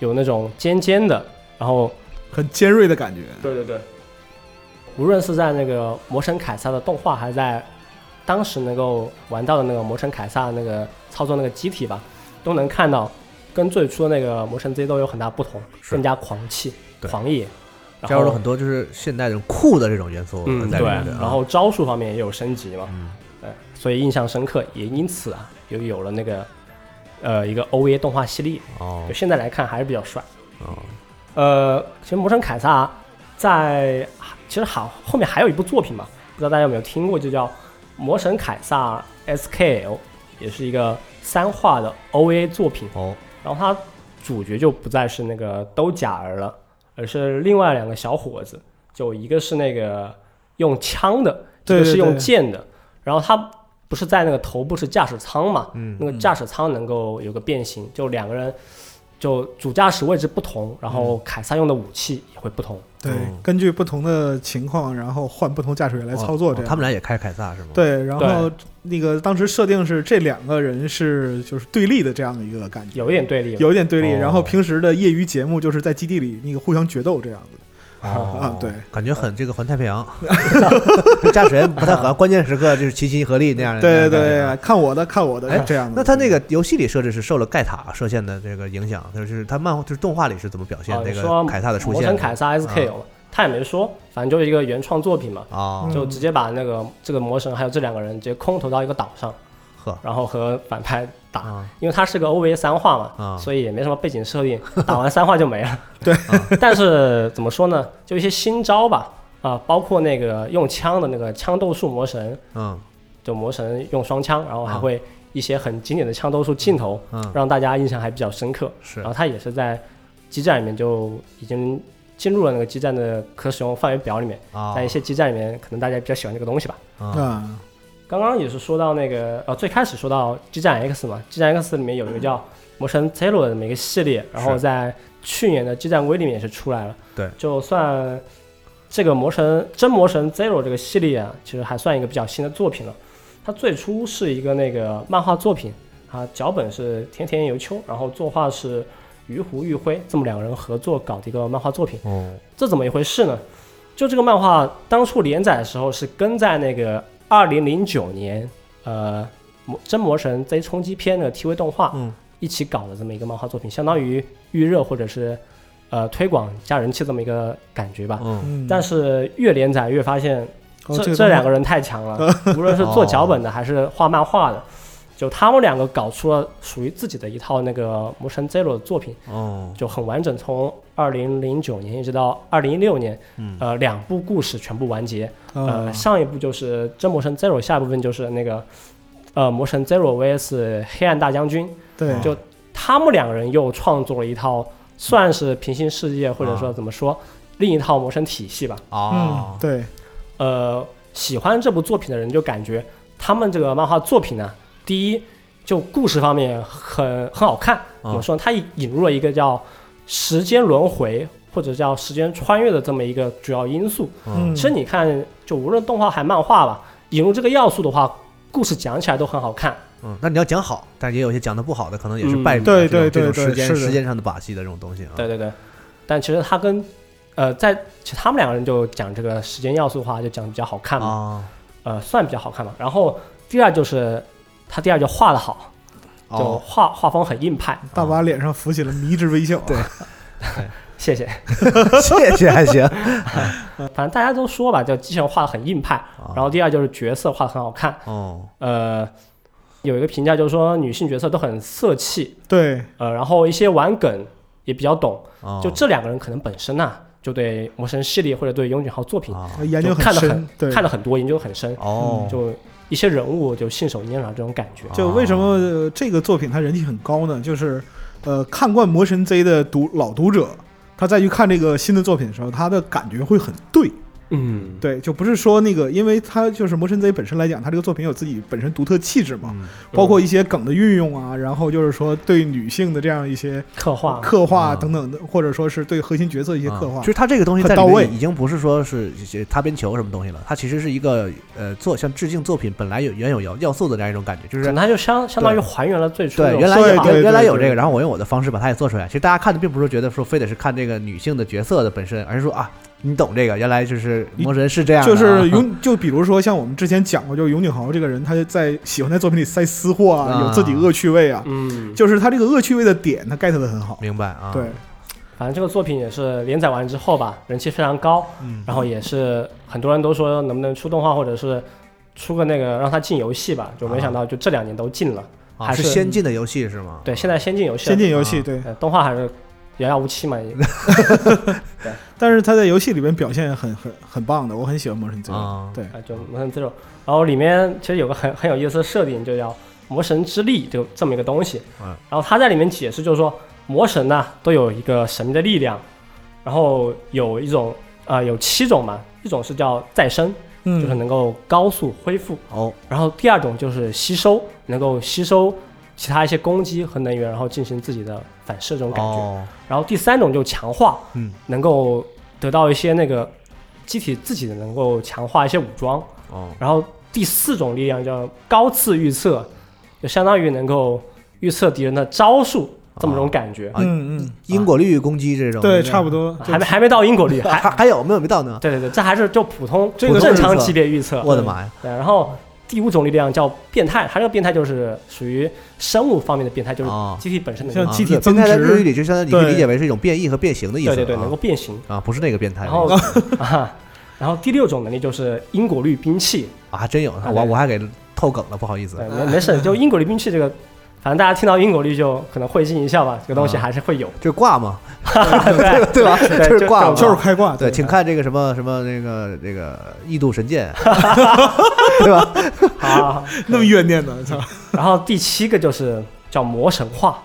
C: 有那种尖尖的，然后
D: 很尖锐的感觉。
C: 对对对，无论是在那个魔神凯撒的动画，还是在当时能够玩到的那个魔神凯撒那个操作那个机体吧，都能看到跟最初的那个魔神 Z 都有很大不同，
E: 是
C: 更加狂气、
E: 对
C: 狂野，然
E: 加入了
C: 后
E: 很多就是现代这种酷的这种元素
C: 嗯
E: 在
C: 对，
E: 里面的啊，
C: 然后招数方面也有升级嘛，
E: 嗯
C: 对，所以印象深刻，也因此啊，又有了那个呃一个 OVA 动画系列，
E: 哦
C: 就现在来看还是比较帅。
E: 哦
C: 呃，其实《魔神凯撒》在其实好后面还有一部作品嘛，不知道大家有没有听过，就叫《魔神凯撒 SKL》，也是一个三话的 OVA 作品。
E: 哦，
C: 然后它主角就不再是那个兜甲儿了，而是另外两个小伙子，就一个是那个用枪的，一
D: 对
C: 个是
D: 对
C: 用
D: 对
C: 剑的。然后他不是在那个头部是驾驶舱嘛，
E: 嗯
C: 那个驾驶舱能够有个变形，就两个人就主驾驶位置不同，然后凯撒用的武器也会不同。
D: 对
C: 哦
E: 嗯，
D: 根据不同的情况，然后换不同驾驶员来操作
E: 哦
D: 这样。
E: 他们俩也开凯撒是吗？，
D: 对，然后那个当时设定是这两个人是就是对立的这样的一个感觉，
C: 有一点对立，
D: 有一点对立。
E: 哦
D: 然后平时的业余节目就是在基地里那个互相决斗这样子。
E: 哦
D: 啊对，
E: 感觉很这个环太平
D: [LAUGHS]
E: 洋，驾驶员不太合，关键时刻就是齐心合力那
C: 哎
E: 样的。那
D: 对对
E: 样的感觉啊
D: 对，看我的，看我的
E: 哎，
D: 这样的。
E: 那他那个游戏里设置是受了盖塔射线的这个影响，就是他漫画就是动画里是怎么表现
C: 啊，
E: 这
C: 你
E: 个
C: 说
E: 凯撒的出
C: 魔
E: 现啊
C: 神
E: 的？
C: 凯撒 SKL，、他也没说，反正就是一个原创作品嘛。
E: 啊，
C: 就直接把那个这个魔神还有这两个人直接空投到一个岛上，
E: 呵
C: 然后和反派打，
E: 啊
C: 因为它是个 OVA 三话嘛，
E: 啊
C: 所以也没什么背景设定，打完三话就没
E: [LAUGHS]
C: 了。对， [LAUGHS] 但是怎么说呢，就一些新招吧，啊、包括那个用枪的那个枪斗术魔神，
E: 嗯
C: 就魔神用双枪，然后还会一些很经典的枪斗术镜头，
E: 啊嗯
C: 让大家印象还比较深刻。
E: 是
C: 然后它也是在基站里面就已经进入了那个基站的可使用范围表里面，
E: 啊
C: 在一些基站里面，可能大家比较喜欢这个东西吧。
E: 啊
D: 啊，
C: 刚刚也是说到那个呃，最开始说到激战 X 嘛，激战 X 里面有一个叫《魔神 Zero》的这么一个系列，然后在去年的激战龟里面也是出来了。
E: 对，
C: 就算这个魔神真魔神 Zero 这个系列啊，其实还算一个比较新的作品了。它最初是一个那个漫画作品啊，脚本是田田由秋，然后作画是于湖玉辉，这么两个人合作搞的一个漫画作品。
D: 嗯
E: 哦
C: 这怎么一回事呢？就这个漫画当初连载的时候是跟在那个二零零九年呃魔真魔神 Z 冲击篇的 TV 动画，
E: 嗯，
C: 一起搞的这么一个漫画作品，相当于预热或者是呃推广加人气这么一个感觉吧。
E: 嗯，
D: 嗯
C: 哦但是越连载越发现
D: 哦
C: 这
D: 个
C: 这两
D: 东
C: 个人太强了，无论是做脚本的还是画漫画的，就他们两个搞出了属于自己的一套那个《魔神 Zero》的作品，
E: 哦，
C: 就很完整，从二零零九年一直到二零一六年，呃，两部故事全部完结。
D: 西啊
C: 呃，上一部就是《真魔神 Zero》，下一部分就是那个呃《魔神 Zero vs 黑暗大将军》，
D: 对
C: 就他们两个人又创作了一套算是平行世界或者说怎么说另一套魔神体系吧。
D: 嗯
E: 哦，
D: 对
C: 呃，喜欢这部作品的人就感觉他们这个漫画作品呢，第一就故事方面很很好看，怎么说呢？它引入了一个叫时间轮回或者叫时间穿越的这么一个主要因素。
D: 嗯
C: 其实你看，就无论动画还漫画吧，引入这个要素的话，故事讲起来都很好看。
E: 嗯，那你要讲好，但也有些讲的不好的，可能也是
C: 嗯
E: 败笔啊，
D: 对
E: 这种
D: 对
E: 这种
D: 对
E: 时间
D: 是的
E: 时间上的把戏的这种东西啊，
C: 对对对，但其实他跟呃，在其实他们两个人就讲这个时间要素的话，就讲得比较好看嘛。
E: 啊，
C: 呃，算比较好看吧。然后第二就是他第二就画的好，就
E: 哦 [LAUGHS]
C: 画画风很硬派，
D: 大巴脸上浮起了迷之微笑。对，
C: 谢谢。
E: 谢谢还行，嗯
C: 反正大家都说吧，就机器人画的很硬派，
E: 啊
C: 然后第二就是 [LAUGHS] 角色画的很好看。
E: 哦，
C: 呃，有一个评价就是说女性角色都很色气，
D: 对，
C: 呃，然后一些玩梗也比较懂。
E: 哦
C: 就这两个人可能本身呐、就对魔神系列或者对永井豪作品
E: 啊
D: 研究
C: 就看得
D: 深
C: 很，
D: 对，
C: 看得很多，研究得很深，
E: 哦，
C: 就一些人物就信手拈来这种感
E: 啊
C: 觉。
D: 就为什么呃这个作品它人气很高呢？就是，呃，看惯《魔神 Z》的读老读者，他再去看这个新的作品的时候，他的感觉会很对。
C: 嗯，
D: 对，就不是说那个，因为他就是《魔神 Z》本身来讲，他这个作品有自己本身独特气质嘛，
E: 嗯
D: 包括一些梗的运用啊，然后就是说对女性的这样一些
C: 刻画
D: 刻画
E: 嗯
D: 等等的，或者说是对核心角色一些刻画
E: 其。实它这个东西
D: 很
E: 在里
D: 到位
E: 面已经不是说是是擦边球什么东西了，它其实是一个呃做像致敬作品本来有原有要要素的这样一种感觉，就
C: 可
E: 是
C: 能它就相相当于还原了最初的
E: 对原来
D: 对
E: 有
D: 对对
E: 原来有这
D: 对
E: 个，然后我用我的方式把它也做出来。其实大家看的并不是觉得说非得是看这个女性的角色的本身，而是说啊，你懂这个，原来就是魔神是这样的
D: 就
E: 啊，
D: 是永，就比如说像我们之前讲过，就是永井豪这个人，他在喜欢在作品里塞私货啊，
E: 啊
D: 有自己恶趣味啊，
C: 嗯，
D: 就是他这个恶趣味的点，他 get 的很好。
E: 明白啊，
D: 对，
C: 反正这个作品也是连载完之后吧，人气非常高，
D: 嗯
C: 然后也是很多人都说能不能出动画，或者是出个那个让它进游戏吧，就没想到就这两年都进了，
E: 啊
C: 还
E: 是
C: 是
E: 先进的游戏是吗？
C: 对，现在先进游戏，
D: 仙境游戏对，
C: 呃动画还是遥遥无期嘛，也
D: 但是他在游戏里边表现很很很棒的，我很喜欢《魔神 Z》。
E: 啊，
D: 对，
C: 呃就魔神 Zero，然后里面其实有个很很有意思的设定，就叫魔神之力，就这么一个东西
E: 嗯，
C: 然后他在里面解释就是说魔神呢、都有一个神秘的力量，然后有一种啊、呃有七种嘛，一种是叫再生。就是
D: 嗯，
C: 能够高速恢复。
E: 哦，
C: 然后第二种就是吸收，能够吸收其他一些攻击和能源，然后进行自己的反射这种感觉。
E: 哦，
C: 然后第三种就强化，
E: 嗯，
C: 能够得到一些那个机体自己的能够强化一些武装。
E: 哦，
C: 然后第四种力量叫高次预测，就相当于能够预测敌人的招数这么种感觉。
E: 啊
D: 嗯嗯，
E: 因果律攻击这种，
D: 对，差不多。
C: 还没还没到因果律，
E: [LAUGHS]
C: 还
E: 还还有没有没到呢？
C: 对对对，这还是就普通
E: 这个
C: 正
E: 是
C: 常
E: 预测
C: 级别预测。
E: 我的妈呀！
C: 对，然后第五种力量叫变态，它这个变态就是属于生物方面的变态，就是
E: 哦
C: 机体本身能
D: 像
C: 够，
E: 啊
D: 机体
E: 对
D: 增
E: 变态在
D: 值
E: 日语里就相当于你可以
D: 对
E: 理解为是一种变异和变形的意思，
C: 对对对，
E: 啊
C: 能够变形。
E: 啊，不是那个变态那
C: 然
E: 个，
C: 后 [LAUGHS] 啊，然后第六种能力就是因果律兵器，
E: 啊，还真有，
C: 啊
E: 我
C: 对
E: 我还给透梗了，不好意思
C: 对，。没没事，就因果律兵器这个，反正大家听到因果律就可能会心一笑吧，这个东西
E: 啊
C: 还是会有。
E: 就是挂嘛，
C: 对
E: [LAUGHS] 对吧？
C: 对
E: 就是挂嘛，
C: 就
D: 就是开挂，
E: 对，请看这个什么什么那个这个《异度神
D: [LAUGHS]
E: 剑》，对吧？
C: 啊，
D: 那么怨念 [LAUGHS] 呢？操，
C: 然后第七个就是叫魔神化，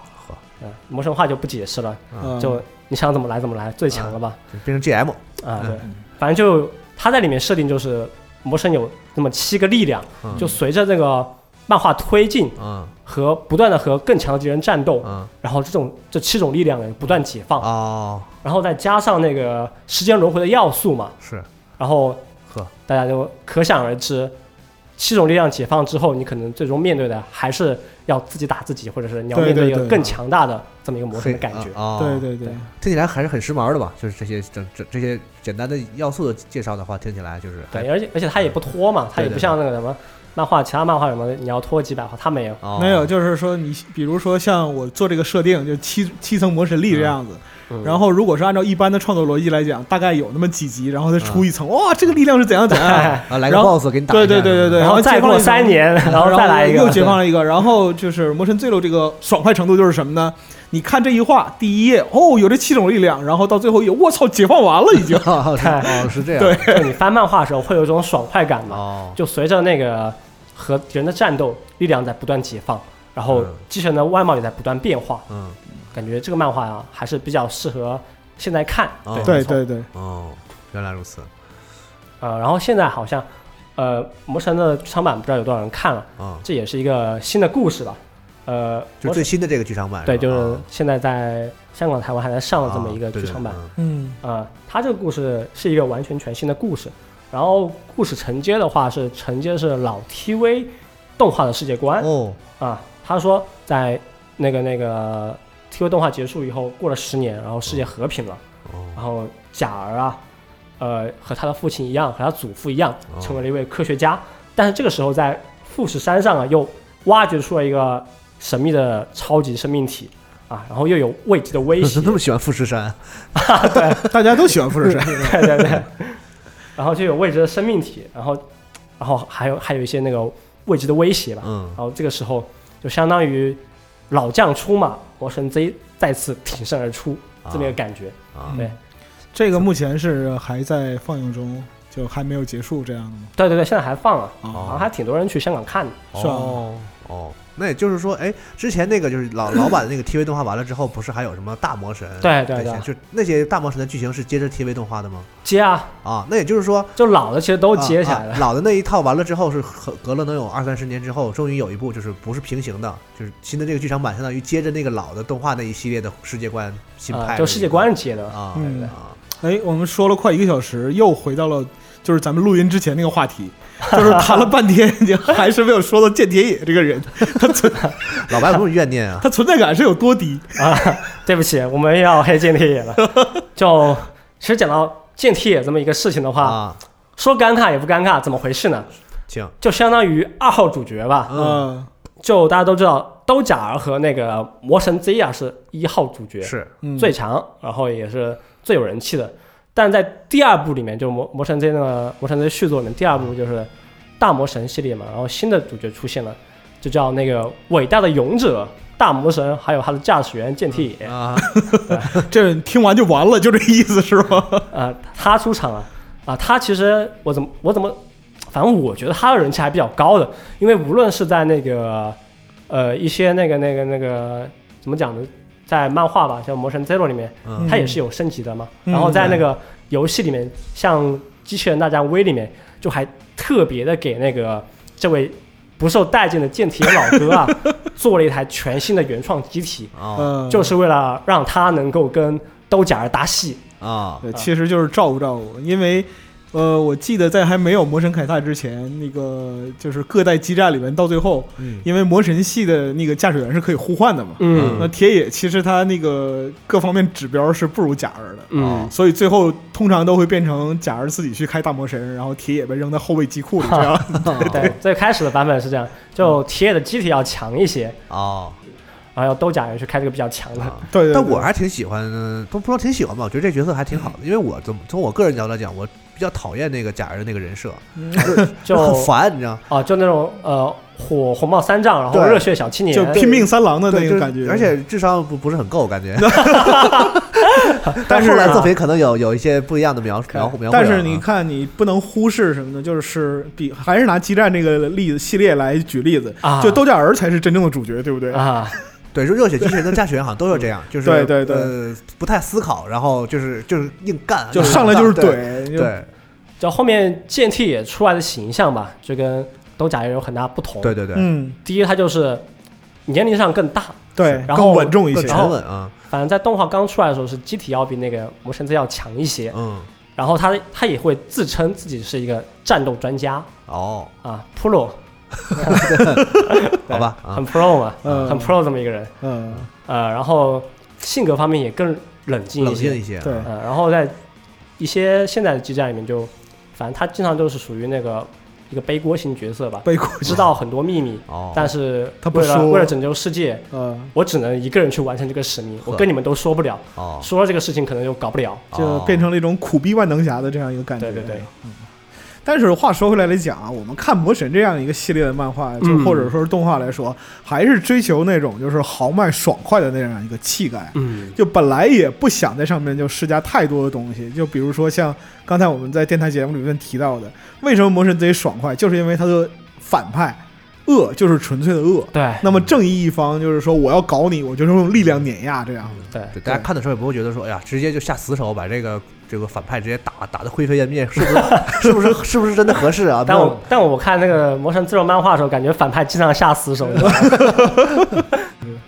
C: 嗯，魔神化就不解释了，
D: 嗯
C: 就你想怎么来怎么来，最强了吧？
E: 就变成 GM
C: 啊，对，
E: 嗯
C: 反正就他在里面设定就是魔神有那么七个力量，
E: 嗯
C: 就随着这个漫画推进
E: 嗯
C: 和不断的和更强的敌人战斗，
E: 嗯
C: 然后这种这七种力量呢不断解放，
E: 哦，
C: 然后再加上那个时间轮回的要素嘛，
E: 是
C: 然后
E: 呵
C: 大家就可想而知。七种力量解放之后，你可能最终面对的还是要自己打自己，或者是你要
D: 对
C: 面对
D: 对
C: 一个
D: 对
C: 更强大的这么一个魔神的感觉。
E: 啊，
D: 对
E: 哦
D: 对对，
E: 听起来还是很时髦的吧？就是这些这这这些简单的要素的介绍的话，听起来就是还
C: 对，而且而且它也不拖嘛，它也
E: 对对
C: 不像那个什么漫画其他漫画什么的，你要拖几百话，他没有。
E: 哦
D: 没有，就是说你比如说像我做这个设定，就七七层魔神力这样子，
C: 嗯
D: 然后如果是按照一般的创作逻辑来讲，大概有那么几集，然后再出一层，哇、这个力量是怎样怎样。
E: 啊，来个
D: 然后
E: boss 给你打
D: 对
E: 一下。
D: 对对对对，
C: 然
D: 后
C: 再
D: 解
C: 过
D: 放了一层
C: 三，
D: [LAUGHS]
C: 年，然后
D: 然
C: 再来一
D: 又
C: 个，
D: 解放了一个，然后就是《魔神坠落》这个爽快程度就是什么呢？你看这一话，第一页哦，有这七种力量，然后到最后一页，我操，解放完了已
C: [LAUGHS]
D: 经
E: [LAUGHS] 哦是哦是这样，
D: [LAUGHS] 对
C: 就你翻漫画的时候会有一种爽快感嘛。
E: 哦，
C: 就随着那个和敌人的战斗，力量在不断解放，然后
E: 嗯
C: 机器人的外貌也在不断变化，
E: 嗯
C: 感觉这个漫画啊还是比较适合现在看。
E: 哦
D: 对
C: 没错
D: 对对，
E: 哦，原来如此，
C: 呃，然后现在好像，呃，魔神的剧场版不知道有多少人看了，
E: 嗯，
C: 这也是一个新的故事吧。呃，
E: 就
C: 魔
E: 最新的这个剧场版吧，
C: 对，就是
E: 啊
C: 现在在香港、台湾还在上了这么一个
E: 啊对
C: 剧场版。
E: 对对
D: [LAUGHS] 嗯，
C: 呃，它这个故事是一个完全全新的故事，然后故事承接的话是承接是老 TV 动画的世界观
E: 嗯，哦，
C: 啊，他说在那个那个 TV 动画结束以后，过了十年，然后世界和平了，然
E: 哦， [LAUGHS]
C: 后贾儿啊，呃，和他的父亲一样，和他祖父一样，
E: 哦
C: 成为了一位科学家。但是这个时候，在富士山上啊，又挖掘出了一个神秘的超级生命体啊，然后又有未知的威胁
E: 怎，么那么喜欢富士山？
D: 大家都喜欢富 [LAUGHS] 士山，
C: 对对对， [LAUGHS] 然后就有未知的生命体，然后然后还有还有一些那个未知的威胁吧，
E: 嗯
C: 然，后这个时候就相当于老将出马，魔神 Z 再次挺身而出，这么一个感觉。
E: 啊，
C: 对
D: 这个目前是还在放映中，就还没有结束这样的吗？
C: 对对对，现在还放啊，
D: 啊
C: 好像还挺多人去香港看的。
D: 是吧
E: 哦哦，那也就是说，哎，之前那个就是老老版的那个 TV 动画完了之后，不是还有什么大魔神？
C: 对对
E: 那
C: 对，
E: 些就那些大魔神的剧情是接着 TV 动画的吗？
C: 接啊，
E: 啊，那也就是说
C: 就老的其实都哦接下来
E: 啊啊
C: 了。
E: 老的那一套完了之后是和隔了能有二三十年之后，终于有一部就是不是平行的，就是新的这个剧场版，相当于接着那个老的动画那一系列的世界观新拍的
C: 啊，
E: 一个，
C: 就世界观接的，
E: 啊，
D: 嗯
E: 对啊
D: 哎，我们说了快一个小时，又回到了就是咱们录音之前那个话题，就是谈了半天， [LAUGHS] 你还是没有说到间谍野这个人，他存
E: 老白有没有怨念啊？
D: 他存在感是有多低？
C: 对不起，我们又要黑间谍
E: [LAUGHS]
C: 野了。就其实讲到间谍野这么一个事情的话，
E: 啊，
C: 说尴尬也不尴尬，怎么回事呢？
E: 请
C: 就相当于二号主角吧，
E: 嗯
D: [LAUGHS] 嗯
C: 就大家都知道，兜甲儿和那个魔神 Z 啊是一号主角，
E: 是
D: 嗯，
C: 最长，然后也是最有人气的。但是在第二部里面，就是魔魔神 Z 那个魔神 Z 续作里面，第二部就是大魔神系列嘛，然后新的主角出现了，就叫那个伟大的勇者大魔神，还有他的驾驶员剑铁野， [LAUGHS]
E: 啊，
D: 这听完就完了，就这意思是吧？
C: 呃，他出场了啊、他其实我怎么我怎么，反正我觉得他的人气还比较高的，因为无论是在那个呃一些那个那个那个怎么讲呢，在漫画吧，像魔神 Zero 里面，
E: 嗯
C: 它也是有升级的嘛。
D: 嗯
C: 然后在那个游戏里面，像机器人大战 V 里面，就还特别的给那个这位不受待见的健体老哥
D: [LAUGHS]
C: 啊，做了一台全新的原创机体，
E: 啊
D: 嗯，
C: 就是为了让他能够跟兜甲儿搭戏。
E: 啊
D: 对，其实就是照顾照顾，因为。呃，我记得在还没有魔神凯撒之前，那个就是各代基站里面，到最后，
E: 嗯
D: 因为魔神系的那个驾驶员是可以互换的嘛，
C: 嗯
D: 那铁野其实他那个各方面指标是不如假儿的，
C: 嗯，
E: 啊
D: 所以最后通常都会变成假儿自己去开大魔神，然后铁野被扔到后备机库里这样。
E: [LAUGHS] 嗯
C: [LAUGHS] 对，最开始的版本是这样，就铁野的机体要强一些，
E: 哦。
C: 然后要兜甲儿去开这个比较强的。
E: 啊
D: 对对对
E: 但我还挺喜欢，不不知道挺喜欢吧？我觉得这角色还挺好的，因为我怎么从我个人角度来讲，我比较讨厌那个假人的那个人设，
C: 就
E: 很烦，你知道？
C: 啊，就那种呃火红帽三丈，然后
E: 对
C: 热血小青年，
D: 就拼命三郎的
E: 对，
D: 那
E: 就
D: 种
E: 是
D: 感觉，
E: 而且智商不不是很够，感
D: [LAUGHS]
E: 觉。但
C: 但
E: 是
C: 是
E: 后
C: 呢
E: 来作品可能有有一些不一样的描述描绘描绘啊。
D: 但是你看，你不能忽视什么呢？就是比还是拿基站这个例子系列来举例子，
C: 啊
D: 就豆角儿才是真正的主角，对不对？
C: 啊，
E: 对，就热血机器人的驾驶员好像都是这
D: [LAUGHS]
E: 样，就是
D: 对对对
E: 呃，不太思考，然后就是就是硬干，
D: 就上来就是
E: 硬干
D: 怼，
E: 对
D: 就
E: 对
C: 就后面剑替也出来的形象吧，就跟兜甲也有很大不同。
E: 对，对对，
D: 嗯，
C: 第一他就是年龄上更大，
D: 对，
C: 然
D: 更
C: 后
D: 稳重一
E: 更
D: 些。
E: 沉稳啊，
C: 反正在动画刚出来的时候是机体要比那个魔神 Z 要强一些，
E: 嗯，
C: 然后他他也会自称自己是一个战斗专家
E: 哦，
C: 啊，pro，
E: 好吧啊
C: 很 pro 嘛，
D: 嗯
C: 很 pro 这么一个人，
D: 嗯，
C: 呃，然后性格方面也更冷静
E: 冷
C: 一
E: 静
C: 些
E: 一，些啊，
D: 对
C: 呃，然后在一些现在的基站里面就，反正他经常就是属于那个一个背锅型角色吧，
D: 背锅
C: 知道很多秘密，
E: 哦，
C: 但是
D: 他不
C: 为了
D: 说
C: 为了拯救世界，
D: 呃，
C: 我只能一个人去完成这个使命，我跟你们都说不了，
E: 哦，
C: 说了这个事情可能就搞不了。
D: 就变成了一种苦逼万能侠的这样一个感觉。
C: 哦对对对，
D: 但是话说回来来讲啊，我们看《魔神》这样一个系列的漫画，就
C: 嗯
D: 或者说是动画来说，还是追求那种就是豪迈爽快的那样一个气概。啊
C: 嗯，
D: 就本来也不想在上面就施加太多的东西，就比如说像刚才我们在电台节目里面提到的，为什么魔神贼爽快，就是因为他的反派恶就是纯粹的恶，
C: 对
D: 那么正义一方就是说我要搞你，我就是用力量碾压这样的。
C: 对，
E: 对，大家看的时候也不会觉得说，哎呀，直接就下死手把这个这个反派直接打打得灰飞烟灭，是不是？ [LAUGHS] 是不是？是不是真的合适啊？
C: 但
E: 没有
C: 我但我看那个《魔神自由》漫画的时候，感觉反派经常下死手，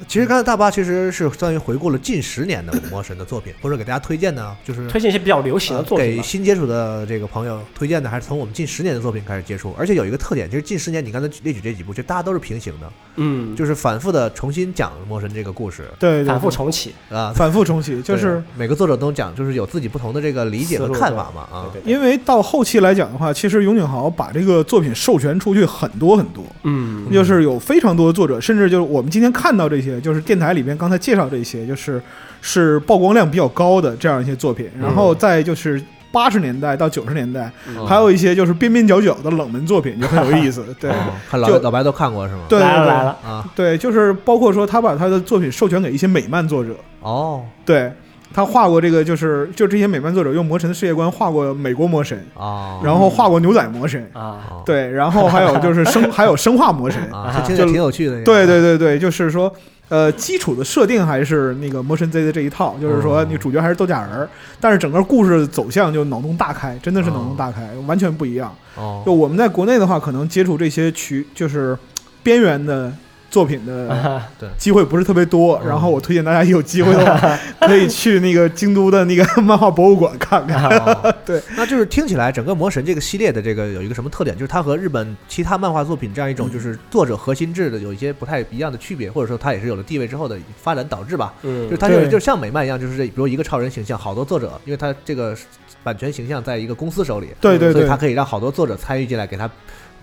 E: 其实刚才大巴其实是相当于回顾了近十年的魔神的作品，或者给大家推荐呢，就是
C: 推荐一些比较流行的作品
E: 给
C: 吧。
E: 新接触的这个朋友推荐的，还是从我们近十年的作品开始接触。而且有一个特点，就是近十年你刚才列举这几部，就大家都是平行的，
C: 嗯，
E: 就是反复的重新讲魔神这个故事
D: 对对对
C: 反复重启。
E: 啊，
D: 反复重启，嗯就是
E: 对每个作者都讲，就是有自己不同的这个理解和
C: 思路
E: 看法嘛啊。
C: 对对对，
D: 因为到后期来讲的话，其实永井豪把这个作品授权出去很多很多，
C: 嗯，
D: 就是有非常多的作者，甚至就是我们今天看到这些，就是电台里边刚才介绍这些，就是是曝光量比较高的这样一些作品，然后再就是。八十年代到九十年代，
C: 嗯
D: 还有一些就是边边角角的冷门作品，就很有意
C: [LAUGHS]
D: 思。对，
E: 哦看老
D: 就
E: 老白都看过是吗？
D: 对
C: 来了
D: 对
C: 来
D: 对
C: 了，
E: 啊，
D: 对，就是包括说他把他的作品授权给一些美漫作者，
E: 哦
D: 对他画过这个，就是就这些美漫作者用魔神的世界观画过美国魔神，
E: 哦，
D: 然后画过牛仔魔神，
C: 啊，
E: 哦
D: 对，然后还有就是
C: [LAUGHS]
D: 生，还有生化魔神，
E: 啊，这听着
D: 就
E: 挺有趣的。
D: 对对对对，就是说，呃，基础的设定还是那个魔神 Z 的这一套，就是说
E: 嗯
D: 你主角还是豆假人儿，但是整个故事走向就脑洞大开，真的是脑洞大开，完全不一样。
E: 哦
D: 就我们在国内的话，可能接触这些区就是边缘的。作品的机会不是特别多，然后我推荐大家有机会的话，可以去那个京都的那个漫画博物馆看看。
E: 哦
D: [LAUGHS] 对，
E: 那就是听起来整个魔神这个系列的这个有一个什么特点，就是它和日本其他漫画作品这样
D: 嗯
E: 一种就是作者核心制的有一些不太一样的区别，或者说它也是有了地位之后的发展导致吧。
C: 嗯
E: 就是，它就是
D: 对
E: 就像美漫一样，就是这比如一个超人形象，好多作者，因为它这个版权形象在一个公司手里，
D: 对对
E: 所以
D: 对
E: 它，可以让好多作者参与进来，给他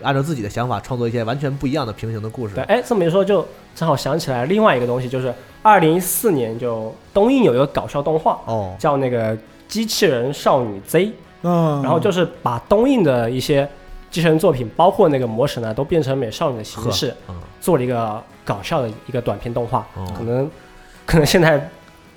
E: 按照自己的想法创作一些完全不一样的平行的故事
C: 对，。哎，这么一说就正好想起来另外一个东西，就是二零一四年就东映有一个搞笑动画，
E: 哦，
C: 叫那个《机器人少女 Z》，
D: 嗯，
C: 然后就是把东映的一些机器人作品，包括那个魔神啊，都变成美少女的形式，
E: 呵嗯
C: 做了一个搞笑的一个短片动画，
E: 哦
C: 可能可能现在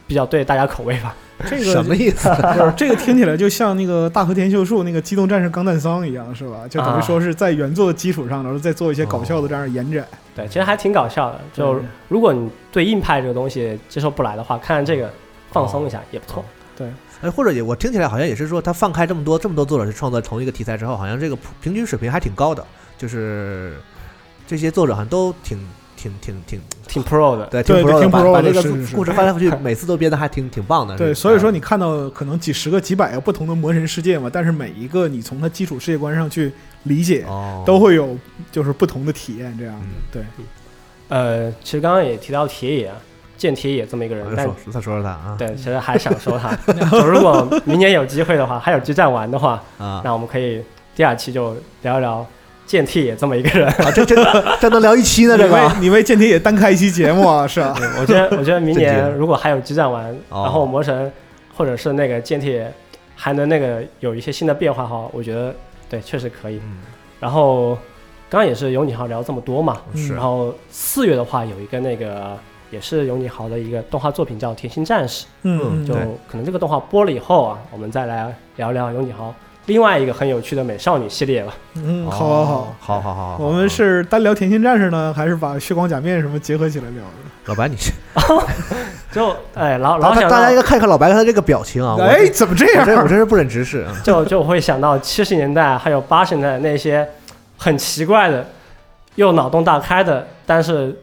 C: 比较对大家口味吧。
D: 这个
E: 什么意
D: [LAUGHS]
E: 思？
D: 不是这个听起来就像那个大和田秀树那个《机动战士钢弹桑》一样，是吧？就
E: 啊
D: 等于说是在原作的基础上，然后再做一些搞笑的这样的延
E: 哦
D: 展。
C: 对，其实还挺搞笑的。就
D: 嗯
C: 如果你对硬派这个东西接受不来的话，看看这个放松一
D: 哦
C: 下也不错。
E: 哎，或者也我听起来好像也是说，他放开这么多这么多作者去创作同一个题材之后，好像这个普平均水平还挺高的，就是这些作者好像都挺挺挺挺
C: 挺 pro 的。
E: 对
D: 对
E: 挺 pro
D: 挺
E: 把
D: pro
E: 把
D: 的
E: 这个
D: 是
E: 故
D: 是
E: 故事翻来覆去，每次都编的还挺挺棒的。
D: 对，
E: 是
D: 所以说你
E: 啊
D: 看到可能几十个、几百个不同的魔神世界嘛，但是每一个你从它基础世界观上去理解，
E: 哦嗯
D: 都会有就是不同的体验。这样的，对，
C: 呃，其实刚刚也提到铁野，啊，见铁野这么一个人
E: 我，就
C: 但
E: 说再说说他啊
C: 对，其实还想说
E: [LAUGHS]
C: 他。就如果明年有机会的话，还有激战玩的话，
E: 啊
C: 那我们可以第二期就聊一聊见铁野这么一个人。
E: 啊，这这这能聊一期呢，这
D: 你为
E: 个
D: 你为间谍也单开一期节目啊，
E: [LAUGHS]
D: 是吧？
C: 我觉得，我觉得明
E: 震
C: 年
E: 惊
C: 如果还有激战玩，
E: 哦
C: 然后魔神或者是那个剑铁还能那个有一些新的变化哈，我觉得对，确实可以。
E: 嗯
C: 然后刚刚也是有你豪聊这么多嘛，
E: 嗯是
C: 然后四月的话有一个那个也是有你豪的一个动画作品叫《甜心战士》，
D: 嗯，
C: 就
D: 对
C: 可能这个动画播了以后啊，我们再来聊聊有你豪另外一个很有趣的美少女系
E: [LAUGHS]
C: 列吧。
D: 嗯，
E: 哦
D: 好好好。
E: 好好好好，
D: 我们是单聊甜心战士呢，还是把血光假面什么结合起来聊呢？
E: 老白，你是
C: 就哎，老
E: 大
C: 老
E: 家
C: 想
E: 大家应
C: 到
E: 该看看老白他这个表情啊，我
D: 哎，怎么这
E: 我
D: 样？
E: 真我真是不忍直视啊。
C: 就就会想到七十年代还有八十年代那些很奇怪的，又脑洞大开的，但是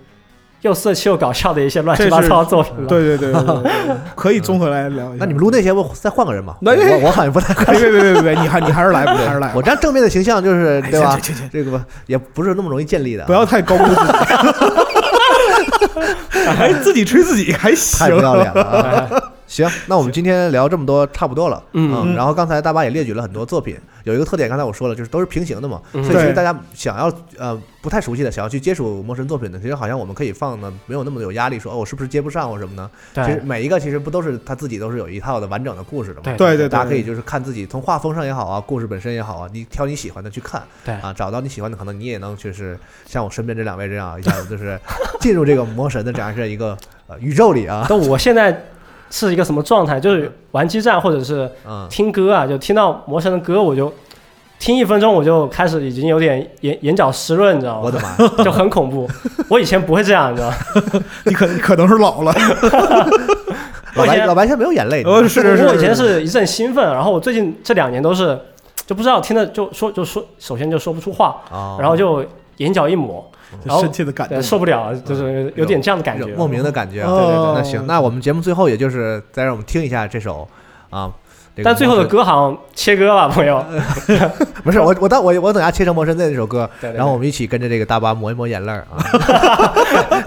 C: 又色气又搞笑的一些乱七八糟的作品了。
D: 对对对对对
C: [LAUGHS]
D: 对，可以综合来聊一下。
E: 那你们录那些，我再换个人吧。
D: 那哎
E: 我我好像不太
D: 别别别别别，你还你还是来吧，你还是来吧。
E: 我这样正面的形象就是
D: 哎
E: 对吧
D: 行？行行行
E: 这个吧也不是那么容易建立的啊，
D: 不要太高估自己。 [LAUGHS] 哎，自己吹自己还行
E: 太不要脸了啊。
C: 哎
E: 行，那我们今天聊这么多，差不多了。
C: 嗯
E: 然后刚才大巴也列举了很多作品，有一个特点，刚才我说了，就是都是平行的嘛，
C: 嗯
E: 所以其实
D: 对
E: 大家想要呃不太熟悉的，想要去接触陌生作品的，其实好像我们可以放的没有那么有压力，说哦我是不是接不上或什么呢？其
C: [LAUGHS]
E: 实
C: 对
E: 每一个其实不都是他自己都是有一套的完整的故事的嘛。
C: 对
D: 对对，
E: 大家可以
D: 对
E: 就是看自己从画风上也好啊，故事本身也好啊，你挑你喜欢的去看，
C: 对
E: 啊，找到你喜欢的，可能你也能就是像我身边这两位这样，一下子就是进入这个魔神的这样是一个呃宇宙里啊，
C: 但我现在是一个什么状态？就是玩激战或者是
E: 嗯，
C: 听歌啊，就听到魔神的歌，我就听一分钟，我就开始已经有点眼眼角湿润，你知道
E: 我
C: 吗
E: 的？妈呀，
C: 就很恐怖。我以前不会这样，你知道吗？
D: 你可可能是老了，
E: 哎老
C: [LAUGHS] 我以
E: 白
C: 前
E: 老白现在没有眼泪，
D: 呃是是是，
C: 我以前 [LAUGHS] 是一阵兴奋，然后我最近这两年都是就不知道听的就说就说，首先就说不出话，
E: 啊，
C: 然后就眼角一抹，然后
D: 深切的感
C: 呃
D: 动，
C: 受不了，就是有点这样的感觉，
E: 莫名的感觉啊。
C: 对对
D: 哦
C: 对
E: 那行，那我们节目最后也就是再让我们听一下这首啊。这个
C: 但最后的歌好像切歌了，朋友。
E: 魔神没事，我我到我我等下切成魔神的那首歌，
C: 对对对
E: 然后我们一起跟着这个大巴抹一抹眼泪儿啊，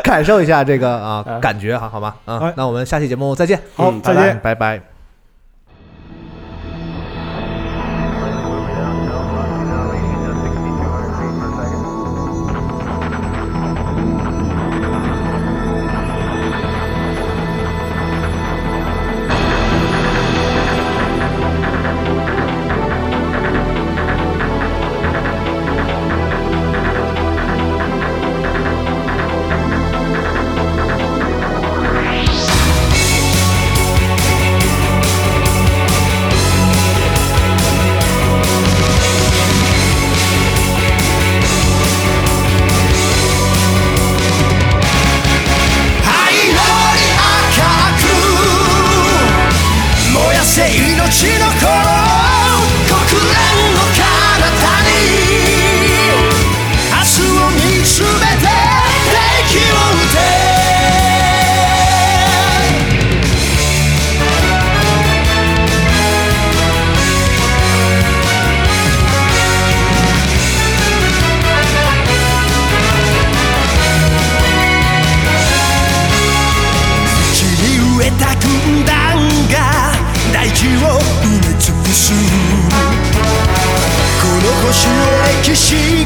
E: 感受一下这个啊
C: 啊
E: 感觉哈，好吧啊
D: 哎，
E: 那我们下期节目再见，
D: 好
E: 嗯
D: 再
E: 拜拜
D: 见
E: 拜拜。
A: 灰色に赤く燃やせ命の炎国連の彼方に明日を見つめて敵を撃て切り植えた軍団が大地を埋め尽くすこの星を歴史